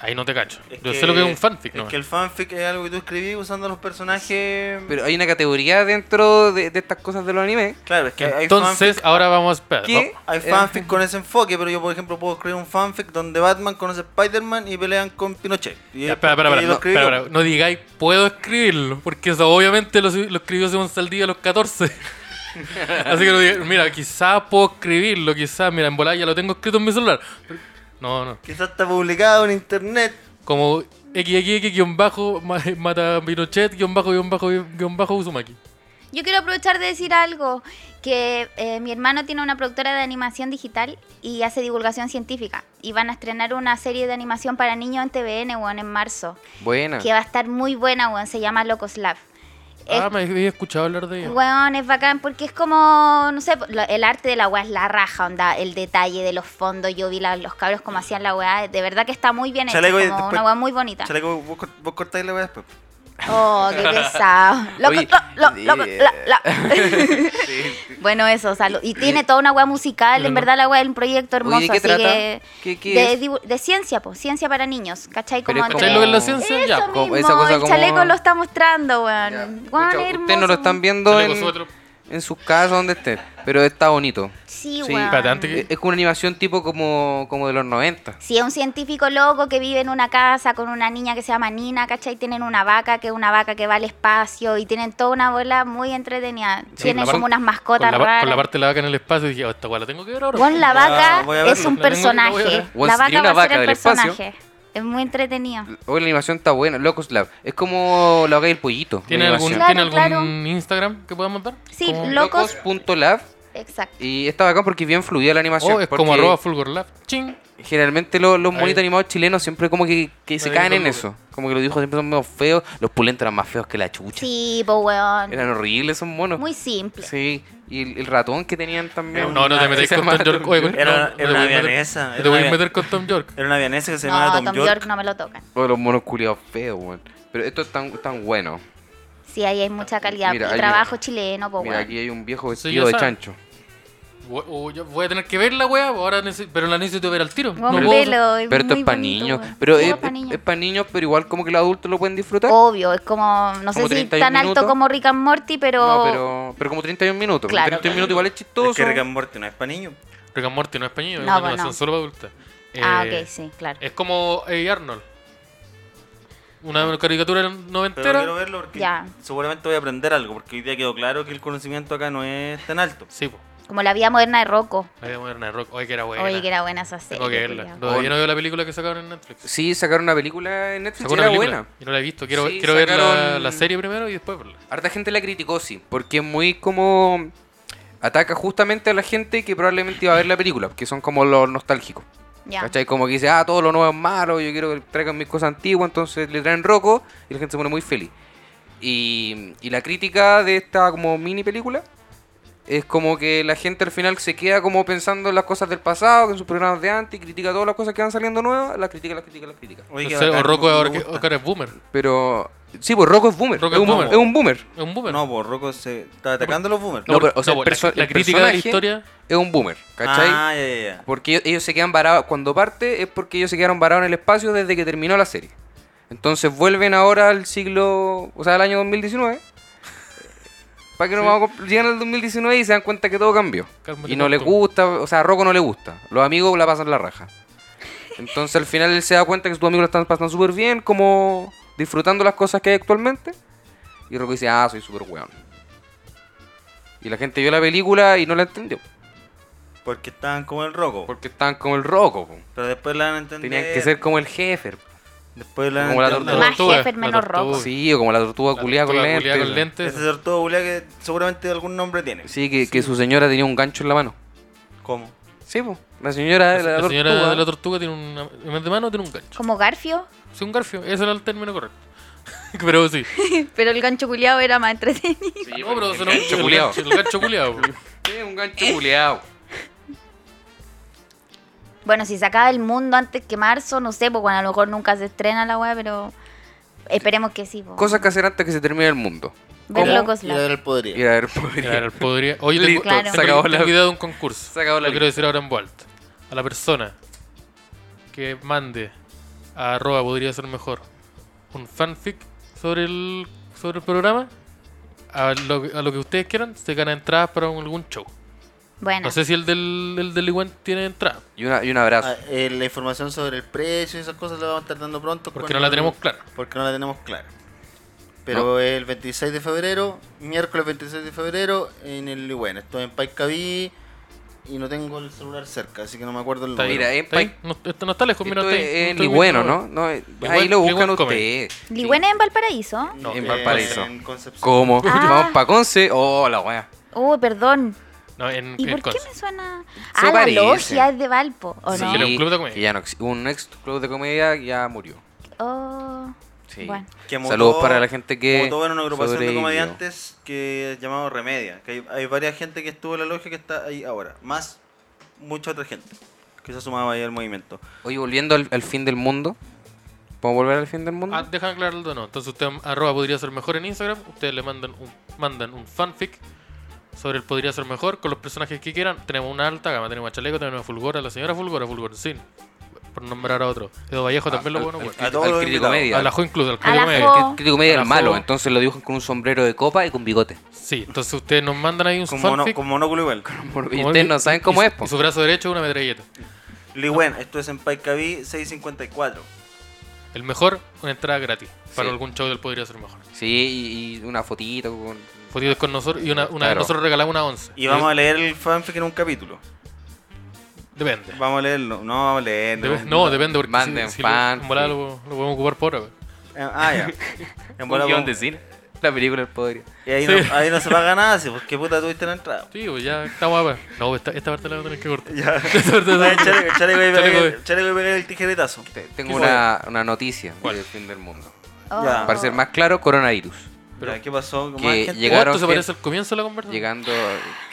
Ahí no te cacho. Es Yo sé lo que es un fanfic, Es ¿no? que el fanfic es algo que tú escribís usando los personajes. Pero hay una categoría dentro de, de estas cosas de los animes. claro, es que hay fanfic. Entonces, ahora vamos a esperar. ¿Qué? Hay fanfic con ese enfoque, pero yo, por ejemplo, puedo escribir un fanfic donde Batman conoce a Spider-Man y pelean con Pinochet. Y Ya, espera, espera, y espera, lo no, escribí yo. espera, espera. No digáis, puedo escribirlo, porque eso obviamente lo, lo escribió Simón Saldía a los 14. Así que no digáis, mira, quizás puedo escribirlo, quizás, mira, en volada ya lo tengo escrito en mi celular. No, no. Quizás está publicado en internet. Como xxx mata Pinochet, guión bajo, guión bajo, guión bajo Uzumaki. Yo quiero aprovechar de decir algo, que eh, mi hermano tiene una productora de animación digital y hace divulgación científica. Y van a estrenar una serie de animación para niños en TVN, weón, en marzo. Buena. Que va a estar muy buena, weón. Se llama Locoslav. Es- Ah, me había escuchado hablar de ella. Weón, es bacán porque es como, no sé, lo- el arte de la weá es la raja, onda, el detalle de los fondos. Yo vi la- los cabros como hacían la weá, de verdad que está muy bien hecho, Chaleco, y como después- una weá muy bonita. Chaleco, vos, cort- vos cortáis la weá después. Oh, qué pesado. Loco, Oye, lo- lo- eh, loco, la- la. Bueno, eso, salud. Y tiene toda una weá musical, en Bueno. verdad la weá es un proyecto hermoso. Oye, ¿de qué así trata? que- ¿Qué- qué de, es? dibu- de ciencia, pues, ciencia para niños, ¿cachai? Pero es Como como- ¿Sabes lo que es la ciencia? Ya. Eso Como mismo, esa cosa el como- chaleco lo está mostrando, weón. Ya. Weón, Escucha, es Ustedes no hermoso. lo están viendo Chaleco, en, suéter. en sus casas, donde estén. Pero está bonito. Sí, Sí. weón. Espérate, antes que- Es es como una animación tipo como, como de los 90. Si es un científico loco que vive en una casa con una niña que se llama Nina, ¿cachai? Tienen una vaca que es una vaca que va al espacio y tienen toda una bola muy entretenida. Sí, tienen la como par- unas Con mascotas la, par- raras. con la parte de la vaca en el espacio, dije, oh, esta guay la tengo que ver ahora. Bueno, la vaca voy a es verlo. un La tengo- la voy a personaje. ver. Bueno, La si tiene vaca una va a vaca ser el del espacio. Mm. personaje. Es muy entretenido. Hoy la animación está buena. Locos Lab. Es como lo haga el pollito. la ¿Tiene algún, animación. Claro, ¿tiene algún claro. Instagram que podamos dar? Sí, Como- lo- Locos- Locos.lab. Exacto. Y está bacán porque es bien fluida la animación. Oh, es como porque arroba fulgorlab. Ching. Generalmente lo- los Ahí. monitos animados chilenos siempre como que, que se Ahí caen en como- eso. Como que los dibujos siempre son medio feos. Los pulentos eran más feos que la chucha. Sí, po, weón. Eran horribles esos monos. Muy simple. Sí. Y el, el ratón que tenían también. No, no te metáis Ese con Tom más- York. Oye, con- Ah, Era- no, era no te una voy a meter- vienesa, no era Te voy una a vie- meter con Tom York. Era una vianesa que se No, llamaba Tom, York. York. no me lo tocan. Oh, los monos culiados feos, weón. Pero esto es tan, tan bueno. Sí, ahí hay mucha calidad. Mira, y hay- trabajo chileno, po, Mira, weón. aquí hay un viejo Sí, vestido ya de sabe. chancho. Wo- o yo voy a tener que ver la wea, ahora necesito, pero la necesito ver al tiro. Weón, No puedo- velo, es Pero esto muy es para bonito, niños. weón. Pero eh, Sí, es, es pa' niños. para niños, pero igual como que los adultos lo pueden disfrutar. Obvio, es como, no Como sé si 31 tan alto minutos. como Rick and Morty, pero... No, pero, pero como 31 minutos. porque Claro, 31 claro. minutos igual es chistoso. Es que Rick and Morty no es para niños. Rick and Morty no es español, es No, una pues animación no. solo para adultos. Ah, Eh, ok, sí, claro. Es como hey Arnold. Una caricatura Pero quiero noventera. verlo porque Ya. seguramente voy a aprender algo, porque hoy día quedó claro que el conocimiento acá no es tan alto. Sí, pues. Como la vida moderna de Rocco. La vida moderna de Rock. Oye, que era buena. Oye, que era buena esa serie. Tengo que verla. culiao. Todavía no veo la película que sacaron en Netflix. Sí, sacaron una película en Netflix y Sacó una era película. buena. Yo no la he visto. Quiero, Sí, quiero ver la, sacaron- la serie primero y después verla. Harta gente la criticó, sí, porque es muy como... Ataca justamente a la gente que probablemente iba a ver la película, que son como los nostálgicos. Ya. ¿Cachai? Como que dice, ah, todo lo nuevo es malo, yo quiero que traigan mis cosas antiguas, entonces le traen roco y la gente se pone muy feliz. Y, y la crítica de esta como mini película es como que la gente al final se queda como pensando en las cosas del pasado, en sus programas de antes, y critica todas las cosas que van saliendo nuevas, las critica, las critica, las critica. Oye, No qué sé, o bacán, Rocco me ahora que- gusta. Oscar es boomer. Pero sí, pues Rocco es boomer. Rocco es, es un, boomer. es un boomer. Es un boomer. No, pues Rocco se está atacando a los boomers. No, pero, o sea, no, pues, el perso- la, la el crítica de la personaje- historia. Es un boomer, ¿cachai? Ah, ya, ya, ya. Porque ellos- ellos se quedan varados. Cuando parte es porque ellos se quedaron varados en el espacio desde que terminó la serie. Entonces vuelven ahora al siglo. O sea, al año 2019. Para que no vamos a compl- llegan al 2019 y se dan cuenta que todo cambió. Cálmate y no con les tú. gusta, o sea, a Rocco no le gusta. Los amigos la pasan la raja. Entonces al final él se da cuenta que sus amigos la están pasando súper bien, como disfrutando las cosas que hay actualmente. Y Rocco dice, ah, soy súper weón. Y la gente vio la película y no la entendió. Porque estaban como el Rocco. Porque estaban como el Rocco, po. Pero después la van a entender. Tenían que ser como el jefe. Después la van como a la entender. Más tortuga, jefe, la menos tortuga. Rocco. Sí, o como la tortuga La culiada con tortuga lentes. culiada con lentes. Ese sorteo bulea que seguramente algún nombre tiene. Sí, que, que su señora tenía un gancho en la mano. ¿Cómo? Sí, pues. La señora de la, La, la señora tortuga. de la tortuga tiene una, en vez de mano tiene un gancho. Como Garfio. Sí, un garfio. Ese era el término correcto. pero sí. Pero el gancho culiado era más entretenido. no, pero el sonó- gancho el culiao. gancho- El gancho culiao. Sí, un gancho culiado. Bueno, si se acaba el mundo antes que marzo, no sé, pues bueno, a lo mejor nunca se estrena la weá, pero esperemos que sí. po. Cosas que hacer antes que se termine el mundo. Ver ¿Cómo? locos Y la la- del Y poderío. a ver, podría- Claro, podría. Oye, tengo, Listo, Claro. tengo- se acabó tengo la- cuidado de un concurso. se acabó la Lo quiero lista. decir ahora en vuelta. A la persona que mande a arroba podría ser mejor un fanfic sobre el, sobre el programa, a lo, a lo que ustedes quieran, se gana entradas para un- algún show. Bueno, No sé si el del, el del Iguan tiene entrada, Y, una- y un abrazo. Ah, eh, la información sobre el precio y esas cosas la vamos a estar dando pronto. porque no cuando- la tenemos clara. Porque no la tenemos clara. Pero el 26 de febrero, miércoles 26 de febrero, en el bueno, esto es en Paiscaví y no tengo el celular cerca, así que no me acuerdo el Está número. ahí, Mira, en está ahí. Pai- No, esto no está lejos, Eh, mira. Esto está ahí, es no ni estoy bueno, viendo ¿no? ahora. no eh, Ligüen- ahí lo buscan Ligüen come. ustedes. Ligüena en Valparaíso. No, En eh, Valparaíso. en Concepción. ¿Cómo? Ah. Vamos para Conce. Oh, la wea. Oh, perdón. No, en, ¿Y en por qué Conce. me suena? Se Ah, la parece. logia es de Valpo, ¿o Sí, no? era un club de comedia. que ya no exi- un ex club de comedia que ya murió. Oh, Sí. Bueno. Que mutó- Saludos para la gente que. mutó en una agrupación de sobrevivió. comediantes que es llamado Remedia. Que hay, hay varias gente que estuvo en la logia que está ahí ahora. Más mucha otra gente que se ha sumado ahí al movimiento. Oye, volviendo al, al fin del mundo. ¿Podemos volver al fin del mundo? Ah, dejan aclararlo de no. Entonces usted arroba podría ser mejor en Instagram. Ustedes le mandan un, mandan un fanfic sobre el podría ser mejor con los personajes que quieran. Tenemos una alta gama, tenemos a Chaleco, tenemos a Fulgora, la señora Fulgora, Fulgorcín. Por nombrar a otro. Edo Vallejo también lo bueno. Ah, al, A todos los crítico invitados. media. A la Jo incluso, al A la Club Medio. Jo. El crítico media A era la el malo, Jo. entonces lo dibujan con un sombrero de copa y con bigote. Sí, entonces ustedes nos mandan ahí un Con, mono- fanfic. con monóculo igual. Porque como ustedes el- no saben cómo y- es, y po. su brazo derecho es una metralleta. Ligüen, esto es en Paiscaví 654. El mejor, una entrada gratis. Para Sí. algún show del podría ser mejor. Sí, y, y una fotito con. Fotitos con nosotros y una, una vez Claro. nosotros regalamos una once. Y vamos a leer el fanfic en un capítulo. Depende. Vamos a leerlo. No, vamos a leerlo. Dep- no, depende porque Manden lo- fanfic. en volada lo, lo podemos ocupar por ahora. Eh, Ah, ya. En bola vamos- cine. La película del poder. Y ahí, no, ahí no se paga nada, si, pues qué puta tuviste en la entrada. Sí, pues ya estamos a ver. No, esta, esta parte la voy a tener que cortar. Ya. Esta parte la voy a tener que cortar. Chale, chale, voy a Chale, pegar- güey. chale, voy a pegar el tijeretazo. Te- ¿Qué Tengo una, una noticia ¿Cuál? del fin del mundo. oh. Ya. Para ser más claro, coronavirus. Pero- Ya, ¿Qué pasó? ¿Más Que gente? llegaron ¿Cuánto se gente- parece al comienzo de la conversación? Llegando.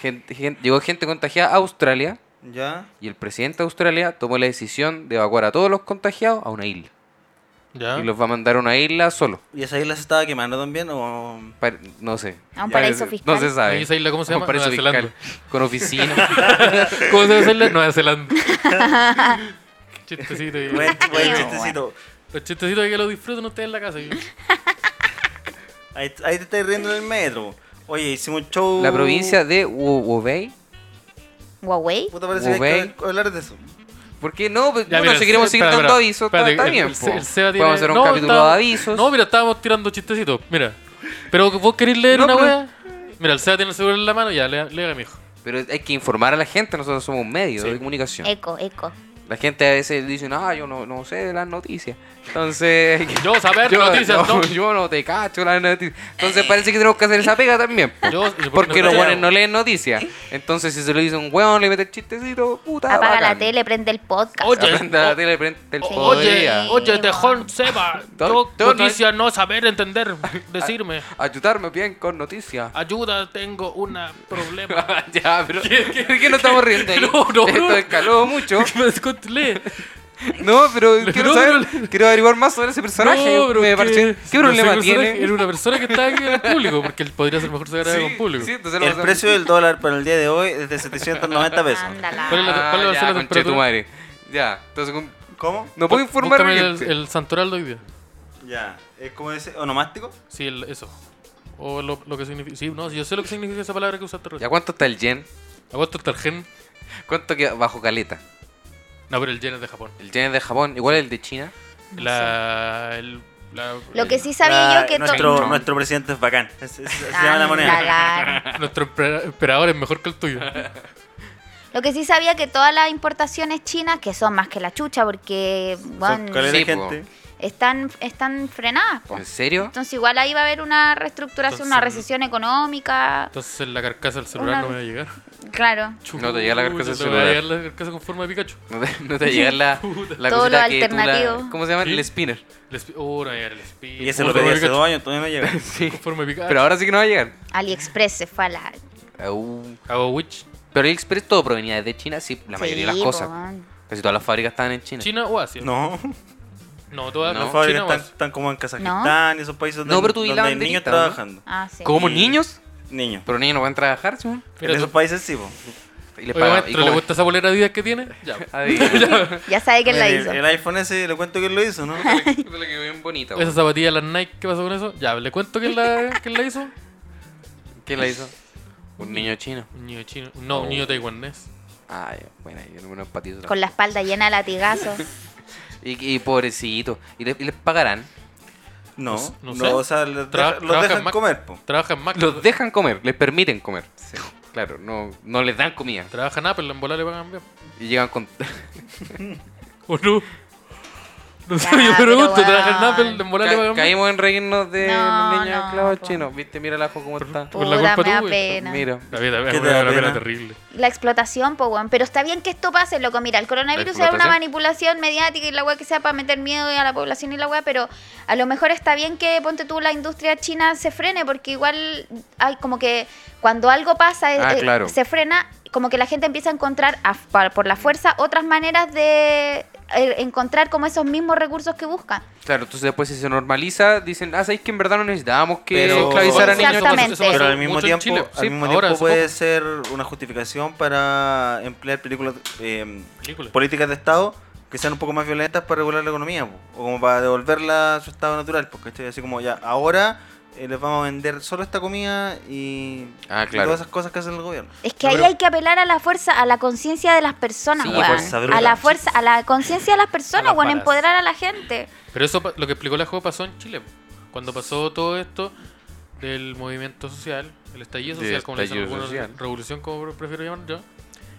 gente- gente- llegó gente contagiada a Australia Ya. y el presidente de Australia tomó la decisión de evacuar a todos los contagiados a una isla. Ya. Y los va a mandar a una isla solo. ¿Y esa isla se estaba quemando también? O... Par- no sé. A un Ya, paraíso es- fiscal. No se sabe. ¿Y esa isla cómo se A un llama? paraíso Nueva fiscal. Con oficina. ¿Cómo se hace el Nueva Zelanda? Qué Chistecito. ahí. Buen, buen No, chistecito. Los chistecitos ahí que lo disfrutan ustedes en la casa. Ahí, ahí te estás riendo en el metro. Oye, hicimos un show. la provincia de Wu- Hubei. oh. Huawei. Puta, parece que hay Hubei. que hablar de eso. ¿Por qué no? Pues, Ya, bueno, mira, si queremos espera, seguir dando espera. avisos, está, Espérate, está el- bien. el- po. el Seba tiene- Podemos hacer un no, capítulo estábamos- de avisos. No, mira, estábamos tirando chistecitos. Mira. Pero vos querés leer No, una pero- wea. Mira, el SEA tiene el celular en la mano, ya, lea, lea mi hijo. Pero hay que informar a la gente, nosotros somos un medio Sí. de comunicación. Eco, eco. La gente a veces dice, no, yo no, no sé de las noticias. Entonces... Yo saber noticias, no, ¿no? yo no te cacho las noticias. Entonces parece que tenemos que hacer esa pega también. po. Yo- ¿y por qué Porque no los está? buenos no leen noticias. Entonces si se lo dice un hueón, le mete el chistecito, puta, Apaga la bacán. tele, prende el podcast. Oye, Aprende la tele, prende el O- poder. Oye, Podría. oye, tejón, Seba. Don- Yo, Don- noticia, no saber entender, decirme. Ayudarme bien con noticias. Ayuda, tengo un problema. ya, pero ¿por qué no estamos riendo ahí? No, no, Esto no. escaló mucho. Lee. No, pero quiero no, saber, pero- quiero averiguar más sobre ese personaje. No, pero Me que- pareció- ¿Qué no sé, problema persona- Era tiene? una persona que estaba aquí en el público, porque él podría ser mejor se grababa con público. sí, entonces lo El vamos a- precio del dólar para el día de hoy es de 790 pesos. Ándala. ¿Cuál es la- Ah, va a ya, ser la conche tu temperatura? madre. Ya, entonces con- ¿Cómo? no puedo Bú- informar a la búscame el, gente. el santoral de hoy día. Ya. ¿Es como ese onomástico? Sí, el- eso. O lo, lo que significa. Sí, no, yo sé lo que significa esa palabra que usaste ¿Ya recién. cuánto está el yen? Agosto está el gen. ¿Cuánto queda bajo caleta? No, pero el yen es de Japón. El yen es de Japón, igual el de China. La. el- la- Lo que sí La- sabía yo que... to- nuestro, nuestro presidente es bacán. Es- es- se llama la moneda. Ándala. Nuestro empera- emperador es mejor que el tuyo. Lo que sí sabía que todas las importaciones chinas, que son más que la chucha, porque Son bueno, caleta de Sí, po. gente. están, están frenadas. po. ¿En serio? Entonces igual ahí va a haber una reestructuración, una Entonces- recesión económica. Entonces la carcasa del celular Una- no me va a llegar. Claro. No te llega la carcasa del Chuta, me va a celular. llegar la carcasa con forma de Pikachu. No te, no te va a llegar la, la Todo cosita que lo tú la- alternativo. ¿Cómo se llama? Sí. El spinner. El espi- oh, no va a llegar el espíritu. Y ese lo pedí hace dos años, todavía no llega. Sí. Con forma de Pikachu. Pero ahora sí que no va a llegar. AliExpress se fue a la... Au. Cabo Witch. Pero el Express todo provenía desde China, sí, la mayoría de las Sí, po, cosas. man. Casi todas las fábricas estaban en China. China o Asia. No, No, todas No. las las fábricas China o están, Asia. están como en Kazajistán y esos países donde, No, pero tú vi la donde hay banderita, niños ¿no? trabajando. Ah, sí. ¿Como Sí. niños? Niños. Pero niños no pueden trabajar, ¿sí? man? Mira en tú. esos países sí, po. Y les Oye, pagan- y Ah, maestro, ¿le como- gusta esa bolera de Adidas que tiene? Ya. Ahí. Ya sabe quién la el, hizo. el iPhone ese, le cuento que él lo hizo, ¿no? Eso le quedó bien bonita. Esa zapatilla, las Nike, ¿qué pasó con eso? Ya, ¿le cuento quién la, quién la hizo? ¿Quién la hizo? Un niño chino. Un niño chino. No, un niño taiwanés. Ah, ya, bueno, ahí en unos patitos. Con la espalda llena de latigazos. Y, y pobrecito. ¿Y les, y les pagarán? No, Pues, No no, sé. o sea, los, Tra- trabaja deja- los en dejan Mac- comer, po. Trabaja en Mac. Los dejan comer, les permiten comer. Claro, no, no les dan comida. Trabaja en Apple, en bola le pagan bien. Y llegan con... ¿O no? No sé, Ya, yo pero pregunto, weón. trabaja en Apple, en bola le Ca- pagan bien. caímos en reírnos de No, los niños no, esclavos po. chinos. Viste, mira el ajo cómo está. Por la Puta, culpa me da tuya. pena. Mira. La vida, la ¿Qué te vida, da la pena pena? terrible. La explotación, po, weón. Pero está bien que esto pase, loco. Mira, el coronavirus ¿La es una explotación? manipulación mediática y la weá que sea para meter miedo a la población y la weá, pero a lo mejor está bien que, ponte tú, la industria china se frene, porque igual hay como que cuando algo pasa, eh, Ah, eh, claro. se frena, como que la gente empieza a encontrar a- pa- por la fuerza otras maneras de eh, encontrar como esos mismos recursos que buscan. Claro, entonces después si se normaliza, dicen, ah, ¿sabéis que en verdad no necesitábamos que Pero- esclavizar a niños? Exactamente. chinos?" Eso pasó Pero al mismo mucho en tiempo, Chile. al Sí, mismo ahora, tiempo hace puede poco. ser una justificación para emplear películas, eh, Película. políticas de Estado que sean un poco más violentas para regular la economía, po, o como para devolverla a su estado natural, porque estoy así como ya, ahora eh, les vamos a vender solo esta comida y, Ah, y claro. todas esas cosas que hace el gobierno. Es que No, ahí pero- hay que apelar a la fuerza, a la conciencia de las personas, Sí, weón. fuerza bruta. a la fuerza, a la conciencia de las personas, las weón, balas. empoderar a la gente. Pero eso, pa- lo que explicó la juego pasó en Chile. Cuando pasó todo esto del movimiento social, el estallido Del social, como le dicen estallido algunos, social. revolución, como pre- prefiero llamarlo yo.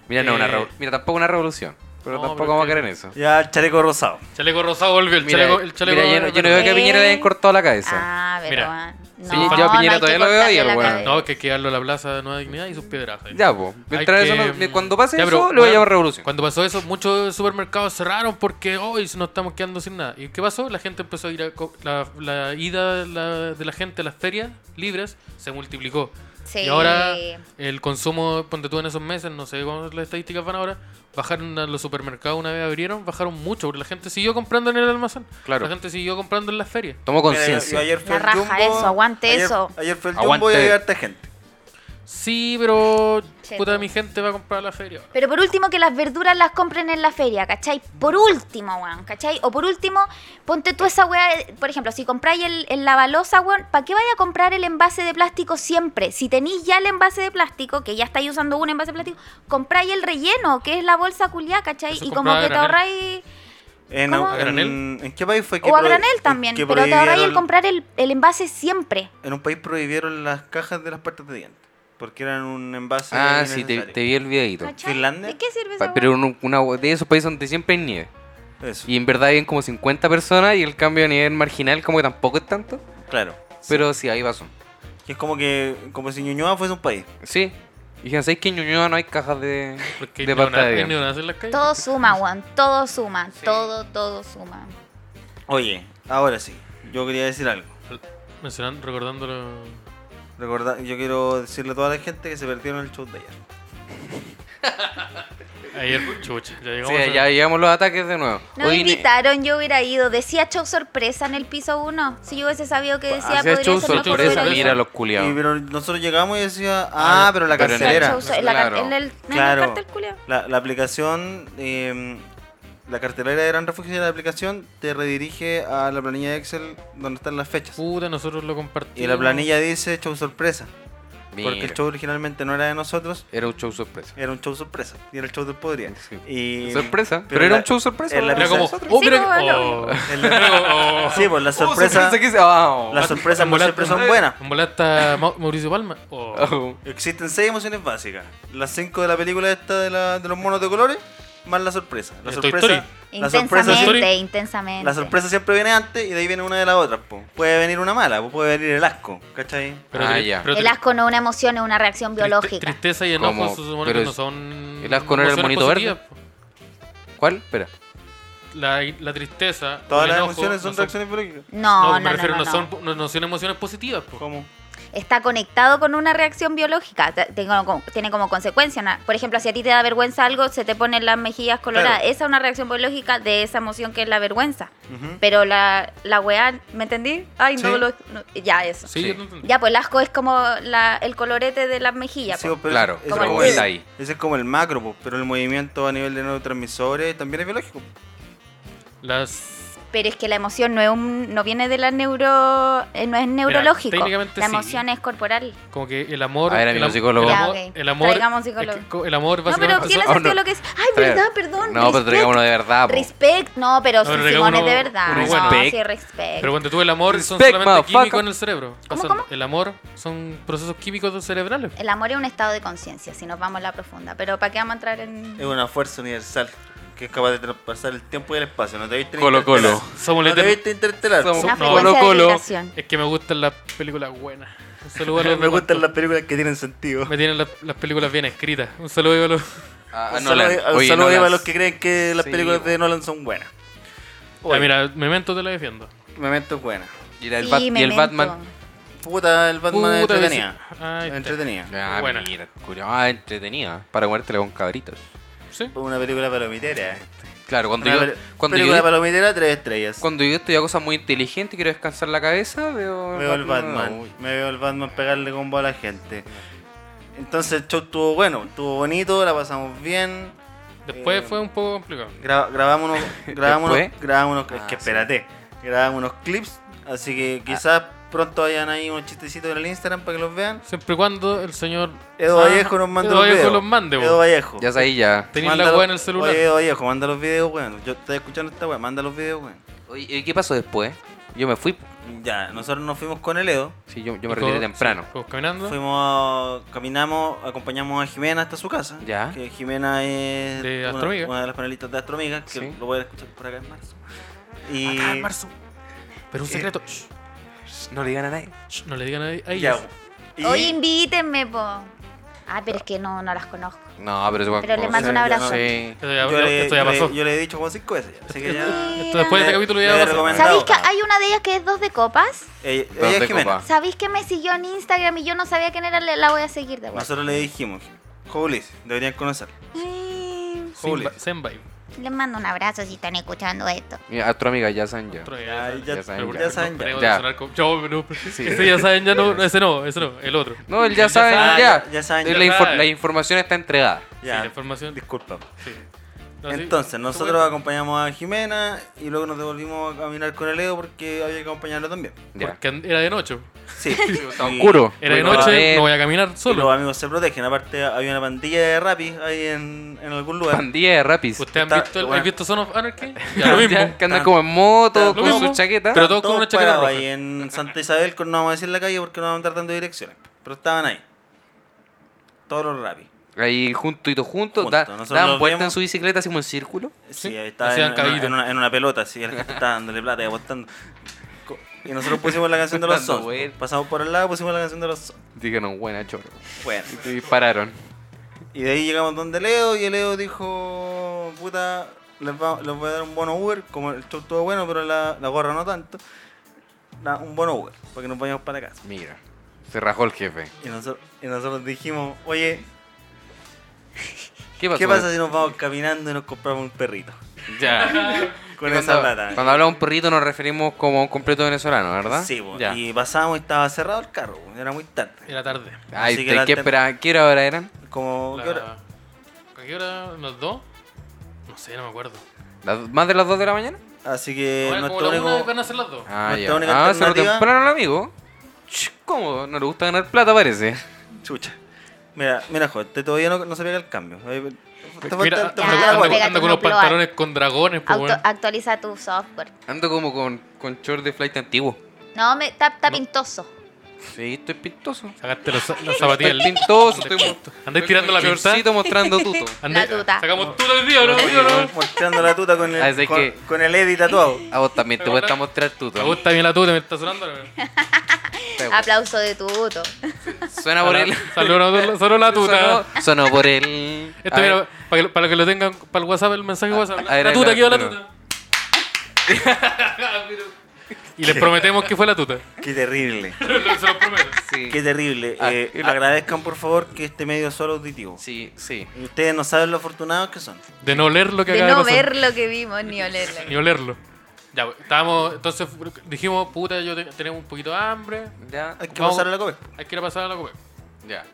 Mira, no, una Eh, revol- mira, tampoco una revolución. Pero No, tampoco pero vamos a es que- creer en eso. Ya el chaleco rosado. Chaleco rosado volvió, el Mira, chaleco. El chaleco mira, yo, no- yo no veo que a Piñera le hayan cortado la cabeza. Ah, pero Mira. weón. Sí, yo a Piñera hay que todavía lo veo cortarle y el la weón. cabeza. No, que hay que darlo a la plaza de Nueva Dignidad y sus piedrazos. ya, pues. Mientras Hay eso no- que, mm, cuando pase ya, eso, pero, le voy a bueno, llamar revolución. Cuando pasó eso, muchos supermercados cerraron porque hoy nos estamos quedando sin nada. ¿Y qué pasó? La gente empezó a ir a. co- La, la ida la- de la gente a las ferias libres se multiplicó. Sí. Y ahora el consumo, ponte tú en esos meses, no sé cómo las estadísticas van ahora, bajaron a los supermercados una vez abrieron, bajaron mucho, porque la gente siguió comprando en el almacén. Claro. La gente siguió comprando en las ferias. Tomo Mira, yo- yo conciencia. ayer fui La al raja Jumbo, eso, aguante ayer- eso. Ayer fue el Aguante. Jumbo y había harta gente. Sí, pero. Cheto. Puta, mi gente va a comprar a la feria. ahora. Pero por último, que las verduras las compren en la feria, ¿cachai? Por último, weón, ¿cachai? O por último, ponte tú esa weá, eh, por ejemplo, si compráis el, el lavalosa, weón, ¿para qué vaya a comprar el envase de plástico siempre? Si tenéis ya el envase de plástico, que ya estáis usando un envase de plástico, compráis el relleno, que es la bolsa culiá, ¿cachai? Eso y como compraba que a te granel. ahorráis... En, ¿Cómo? en- ¿A granel? ¿en qué país fue que O a prohi- granel que también, pero te ahorráis el prohibieron- comprar el, el envase siempre. En un país prohibieron las cajas de las partes de dientes. Porque eran un envase. Ah, sí, te, innecesario. te vi el videito. ¿cachai? ¿Finlandia? ¿De qué sirve Pa- esa Pero weá? un- una, de esos países donde siempre hay nieve. Eso, Y en verdad viven como 50 personas y el cambio a nivel marginal como que tampoco es tanto. claro. Pero sí, ahí pasó. Que es como que. Como si Ñuñoa fuese un país. Sí. Y dijeron, ¿sabes que en Ñuñoa no hay cajas de, Porque de ni van pasta de a- ni dientes? van a hacer las calles. Todo suma, weón, todo suma, todo, todo suma. Oye, ahora sí. Yo quería decir algo. Mencionando, recordando lo- Recorda- yo quiero decirle a toda la gente que se perdieron el show de ayer. Ayer, chucha. Ya llegamos. Sí, a- ya llevamos los ataques de nuevo. No me Oye, ne- invitaron, yo hubiera ido. Decía show sorpresa en el piso 1. Si yo hubiese sabido que decía, hacía podría show ser mejor sorpresa, sorpresa, hubiera ido. mira los Y, culiados. pero nosotros llegamos y decía. Ah, pero la pero en el Decía cartelera. show sor- la car- Claro. en el- en el Claro. cartel culiao. La, la aplicación, eh, la cartelera de Gran Refugio de la aplicación te redirige a la planilla de Excel donde están las fechas. Puta, nosotros lo compartimos. y la planilla dice show sorpresa. Porque el Mira, show originalmente no era de nosotros, Era un show sorpresa. era un show sorpresa. Y era el show del Podría. Sí. Y, sorpresa, pero, pero era la- un show sorpresa. en la Era como. Sí, Oh, mira. pues, que- bueno. oh. el- sí, pues la sorpresa. que se- ah, Las sorpresas no Ambulante. siempre son buenas. En volada está Mau- Mauricio Palma. Oh. oh. Existen seis emociones básicas. Las cinco de la película esta de, la- de los monos de colores, más la sorpresa. La De Toy sorpresa, Story. la sorpresa sí. Intensamente, intensamente. La sorpresa siempre viene antes y de ahí viene una de las otras. po. Puede venir una mala, po, puede venir el asco, ¿cachai? Ah, tri- ya. El tri- asco no es una emoción, es una reacción triste- biológica. Tristeza y enojo Como- se supone pero que no es- son. el asco no era el monito emociones verde. positivas, po. ¿Cuál? Espera. La, la tristeza. o Todas el las enojo emociones son no reacciones biológicas. No, No, no, me no, refiero, no, no, no. son, no, no son emociones positivas. po. ¿Cómo? Está conectado con una reacción biológica. Te- Tiene como, tiene como consecuencia. una- por ejemplo, si a ti te da vergüenza algo, se te ponen las mejillas coloradas. Claro. Esa es una reacción biológica de esa emoción que es la vergüenza. Ujú. Pero la, la weá, ¿me entendí? Ay, no, Sí. lo, no- ya eso. Sí, Sí. yo no entendí. Ya, pues el asco es como la, el colorete de las mejillas. Sí, po. po, pero Claro, eso- como eso- el ahí. Ese es como el macro, po, pero el movimiento a nivel de neurotransmisores también es biológico. Las. Pero es que la emoción no es un, no viene de la neuro, eh, no es neurológico. técnicamente la sí. emoción es corporal. Como que el amor. A ver, el amigo am- psicólogo. El Ya, amor. ok. El amor, Traigamos es que psicólogo. co- el amor No, pero básicamente. ¿quién son- les oh, sentido no. lo que es? Ay, verdad, perdón. No, pero respect, traigámonos de verdad, po. Respect, no, pero No, sí, pero Simón traigámonos es de verdad. uno No, bueno. sí, Respect. respect. Pero cuando tú el amor son Respect, solamente motherfucker. químicos en el cerebro. ¿Cómo, Pasan- cómo? El amor son procesos químicos cerebrales. El amor es un estado de conciencia, si nos vamos a la profunda. Pero ¿para qué vamos a entrar en...? Es una fuerza universal que es capaz de traspasar el tiempo y el espacio. No te viste Colo, colo. interestelar. Somos No te la viste interestelar. Somos- Una no, frecuencia de Colo-Colo. vibración. Es que me gustan las películas buenas. Un saludo a los Me gustan demás. las películas que tienen sentido. Me tienen las, las películas bien escritas. Un saludo a los. Ah, Un Nolan. saludo, un Oye, saludo Nolan. a los que creen que las Sí, películas de bueno. Nolan son buenas. Ah, mira, Memento te la defiendo. Momento buena. Y el, Sí, Bat- y el Memento. Batman. Puta, el Batman es Puta, entretenida. dice- Ahí está. Entretenida. Ah, Buena. mira, curioso. Ah, entretenida. Para comértela con cabritos. Sí. Una película palomitera. eh. Claro, cuando Una yo, pel- cuando película yo, palomitera, tres estrellas. cuando yo estudio cosas muy inteligentes y quiero descansar la cabeza, veo. Me veo el Batman. Uy. Me veo el Batman pegarle combo a la gente. Entonces el show estuvo bueno, estuvo bonito, la pasamos bien. Después Eh, fue un poco complicado. Gra- grabamos unos, grabamos unos- ¿Después? grabamos unos- es Ah, que sí. Ah. espérate, grabamos unos clips, así que quizás pronto hayan ahí unos chistecitos en el Instagram para que los vean. Siempre y cuando el señor. Edo Ah, Vallejo nos manda Edo los Vallejo videos. los mande, Edo vos. Vallejo. Ya sabéis, ya. Tenéis la Mándalo- weá en el celular. Oye, Edo Vallejo, manda los videos, weón. Yo estoy escuchando esta weón, manda los videos, weón. Oye, ¿y ¿qué pasó después? Yo me fui. Ya, nosotros nos fuimos con el Edo. Sí, yo, yo Y me todos- retiré temprano. sí, todos caminando. Fuimos, a- caminamos, acompañamos a Jimena hasta su casa. Ya. Que Jimena es De una, Astroamiga. una de las panelistas de Astromiga, que Sí. lo voy a escuchar por acá en marzo. Y Acá en marzo. Pero un secreto. Shh, No le digan a nadie. shh, no le digan a nadie. A ya. ellas. Y- Oye, invítenme, po. Ah, pero es que no, no las conozco. No, pero se pueden Pero le conocer. mando un ya no. abrazo. Sí. Esto ya, yo le, esto ya yo le- pasó. yo le he dicho como cinco veces ya. Así que ya. Esto después de este capítulo Le- ya le pasó. recomendaba. ¿Sabéis que hay una de ellas que es dos de copas? Ella, Dos ella es de Jimena. copa. ¿Sabéis que me siguió en Instagram y yo no sabía quién era? Le- La voy a seguir de vuelta. Nosotros le dijimos, Joblis, deberían conocer. Ay, Sin Juli. ba- Sin vibe. Les mando un abrazo si están escuchando esto. Mira, a tu amiga ya saben ya. Ay, ya, Ya saben, Pero ya. ya saben, ya. Pero Ya. de sonar como- Yo, pero- Sí. Ese ya saben, ya no, no, ese no, ese no, el otro. No, el ya saben saben, ya. ya- ya saben, la, ya infor- saben. la información está entregada. Sí, Ya, la información. disculpa. Sí. No, sí. Entonces, Tú, nosotros bueno, acompañamos a Jimena y luego nos devolvimos a caminar con el Leo porque había que acompañarlo también. Ya. Porque an- era de noche. Sí, Está Y- oscuro. Era de Bueno, eh, a noche, ver, no voy a caminar y los solo. amigos se protegen. Aparte, había una pandilla de Rappi ahí en, en algún lugar. Pandilla de rapis. ¿Ustedes Está- han visto, el- bueno. ¿has visto Son of Anarchy? Ya lo mismo. Ya, que andan Tan- como en moto, tan- lo con su mismo. chaqueta. Pero todos con una chaqueta parados roja. ahí en Santa Isabel, con- no vamos a decir la calle porque no vamos a andar dando direcciones. Pero estaban ahí. Todos los Rappi. Ahí juntitos juntos, Juntos, da- nosotros daban los vuelta en vemos. su bicicleta así como en círculo. Sí, Sí, estaba hacían en, en una, caída. en una- en una pelota, así, la gente estaba dándole plata y apostando. Co- Y nosotros pusimos la canción de los Dando Sons. vueltas. Pasamos por el lado, pusimos la canción de los Sons. Dijeron, buena choro. Bueno, Y te dispararon. y de ahí llegamos donde Leo y el Leo dijo, puta, les, va- les voy a dar un bono Uber, como el show estuvo bueno, pero la, la gorra no tanto. Da un bono Uber, para que nos vayamos para casa. Mira, se rajó el jefe. Y nosotros, y nosotros dijimos, oye, ¿Qué pasó? ¿qué pasa si nos vamos caminando y nos compramos un perrito? Ya. Con Y esa cuando, plata. Cuando hablamos perrito nos referimos como a un completo venezolano, ¿verdad? Sí, po, ya. y pasamos y estaba cerrado el carro, po, era muy tarde. Era tarde. Ay, Así que te- la ¿qué tem- esperaban? ¿Qué hora ahora eran? Como, ¿qué hora? La- ¿A qué hora? ¿Los dos? No sé, no me acuerdo. ¿Las- ¿Más de las 2 de la mañana? Así que Ahora como nuestro la una único... van a ser las dos. Ah, Nuestra ya. única Ah, se lo alternativa- temprano al amigo. Ch, Cómodo, no le gusta ganar plata, parece. Chucha. Mira, mira, joder, te- todavía no, no se pega el cambio. Ay, te falta- Pues Mira, anda, te falta Ya, agua. anda- pégate anda con unos unos blow-up. pantalones con dragones, pues Auto- bueno. actualiza tu software. Ando como con, con short de flight antiguo. No, me, está, está pintoso. Sí, estoy pintoso. Sacaste las las Estoy zapatillas del pintoso, estoy mo- Andáis tirando la estoy con pinta. shortcito mostrando tuto. Andai- La tuta. ah, Sacamos tuta el día, ¿no? ¿Sí o no? Mostrando la tuta con Así el, con, que- con el Eddie tatuado. A vos también te Me cuesta gusta. mostrar tuto. Me gusta bien la tuta, me está sonando. ¿no? Te gusta. Aplauso de tu voto. Suena por él. Solo, solo la tuta. Sonó, Este sonó por él. Esto, A ver, mira, para que, para que lo tengan para el WhatsApp, el mensaje WhatsApp. a ver, la ahí tuta, la- quedó la pero- tuta. y les prometemos que fue la tuta. Qué terrible. Se los prometo. sí. Qué terrible. Ah, Eh, y la- Agradezcan por favor que este medio es solo auditivo. Sí, sí. Y Ustedes no saben lo afortunados que son. De no leer lo que De acaba no de pasar. ver lo que vimos ni olerlo. Ni olerlo. Ya, pues, estábamos, entonces dijimos, puta, yo te- tenemos un poquito de hambre. Ya, Hay que Vamos. pasar a la copa. Hay que ir a pasar a la copa. ya.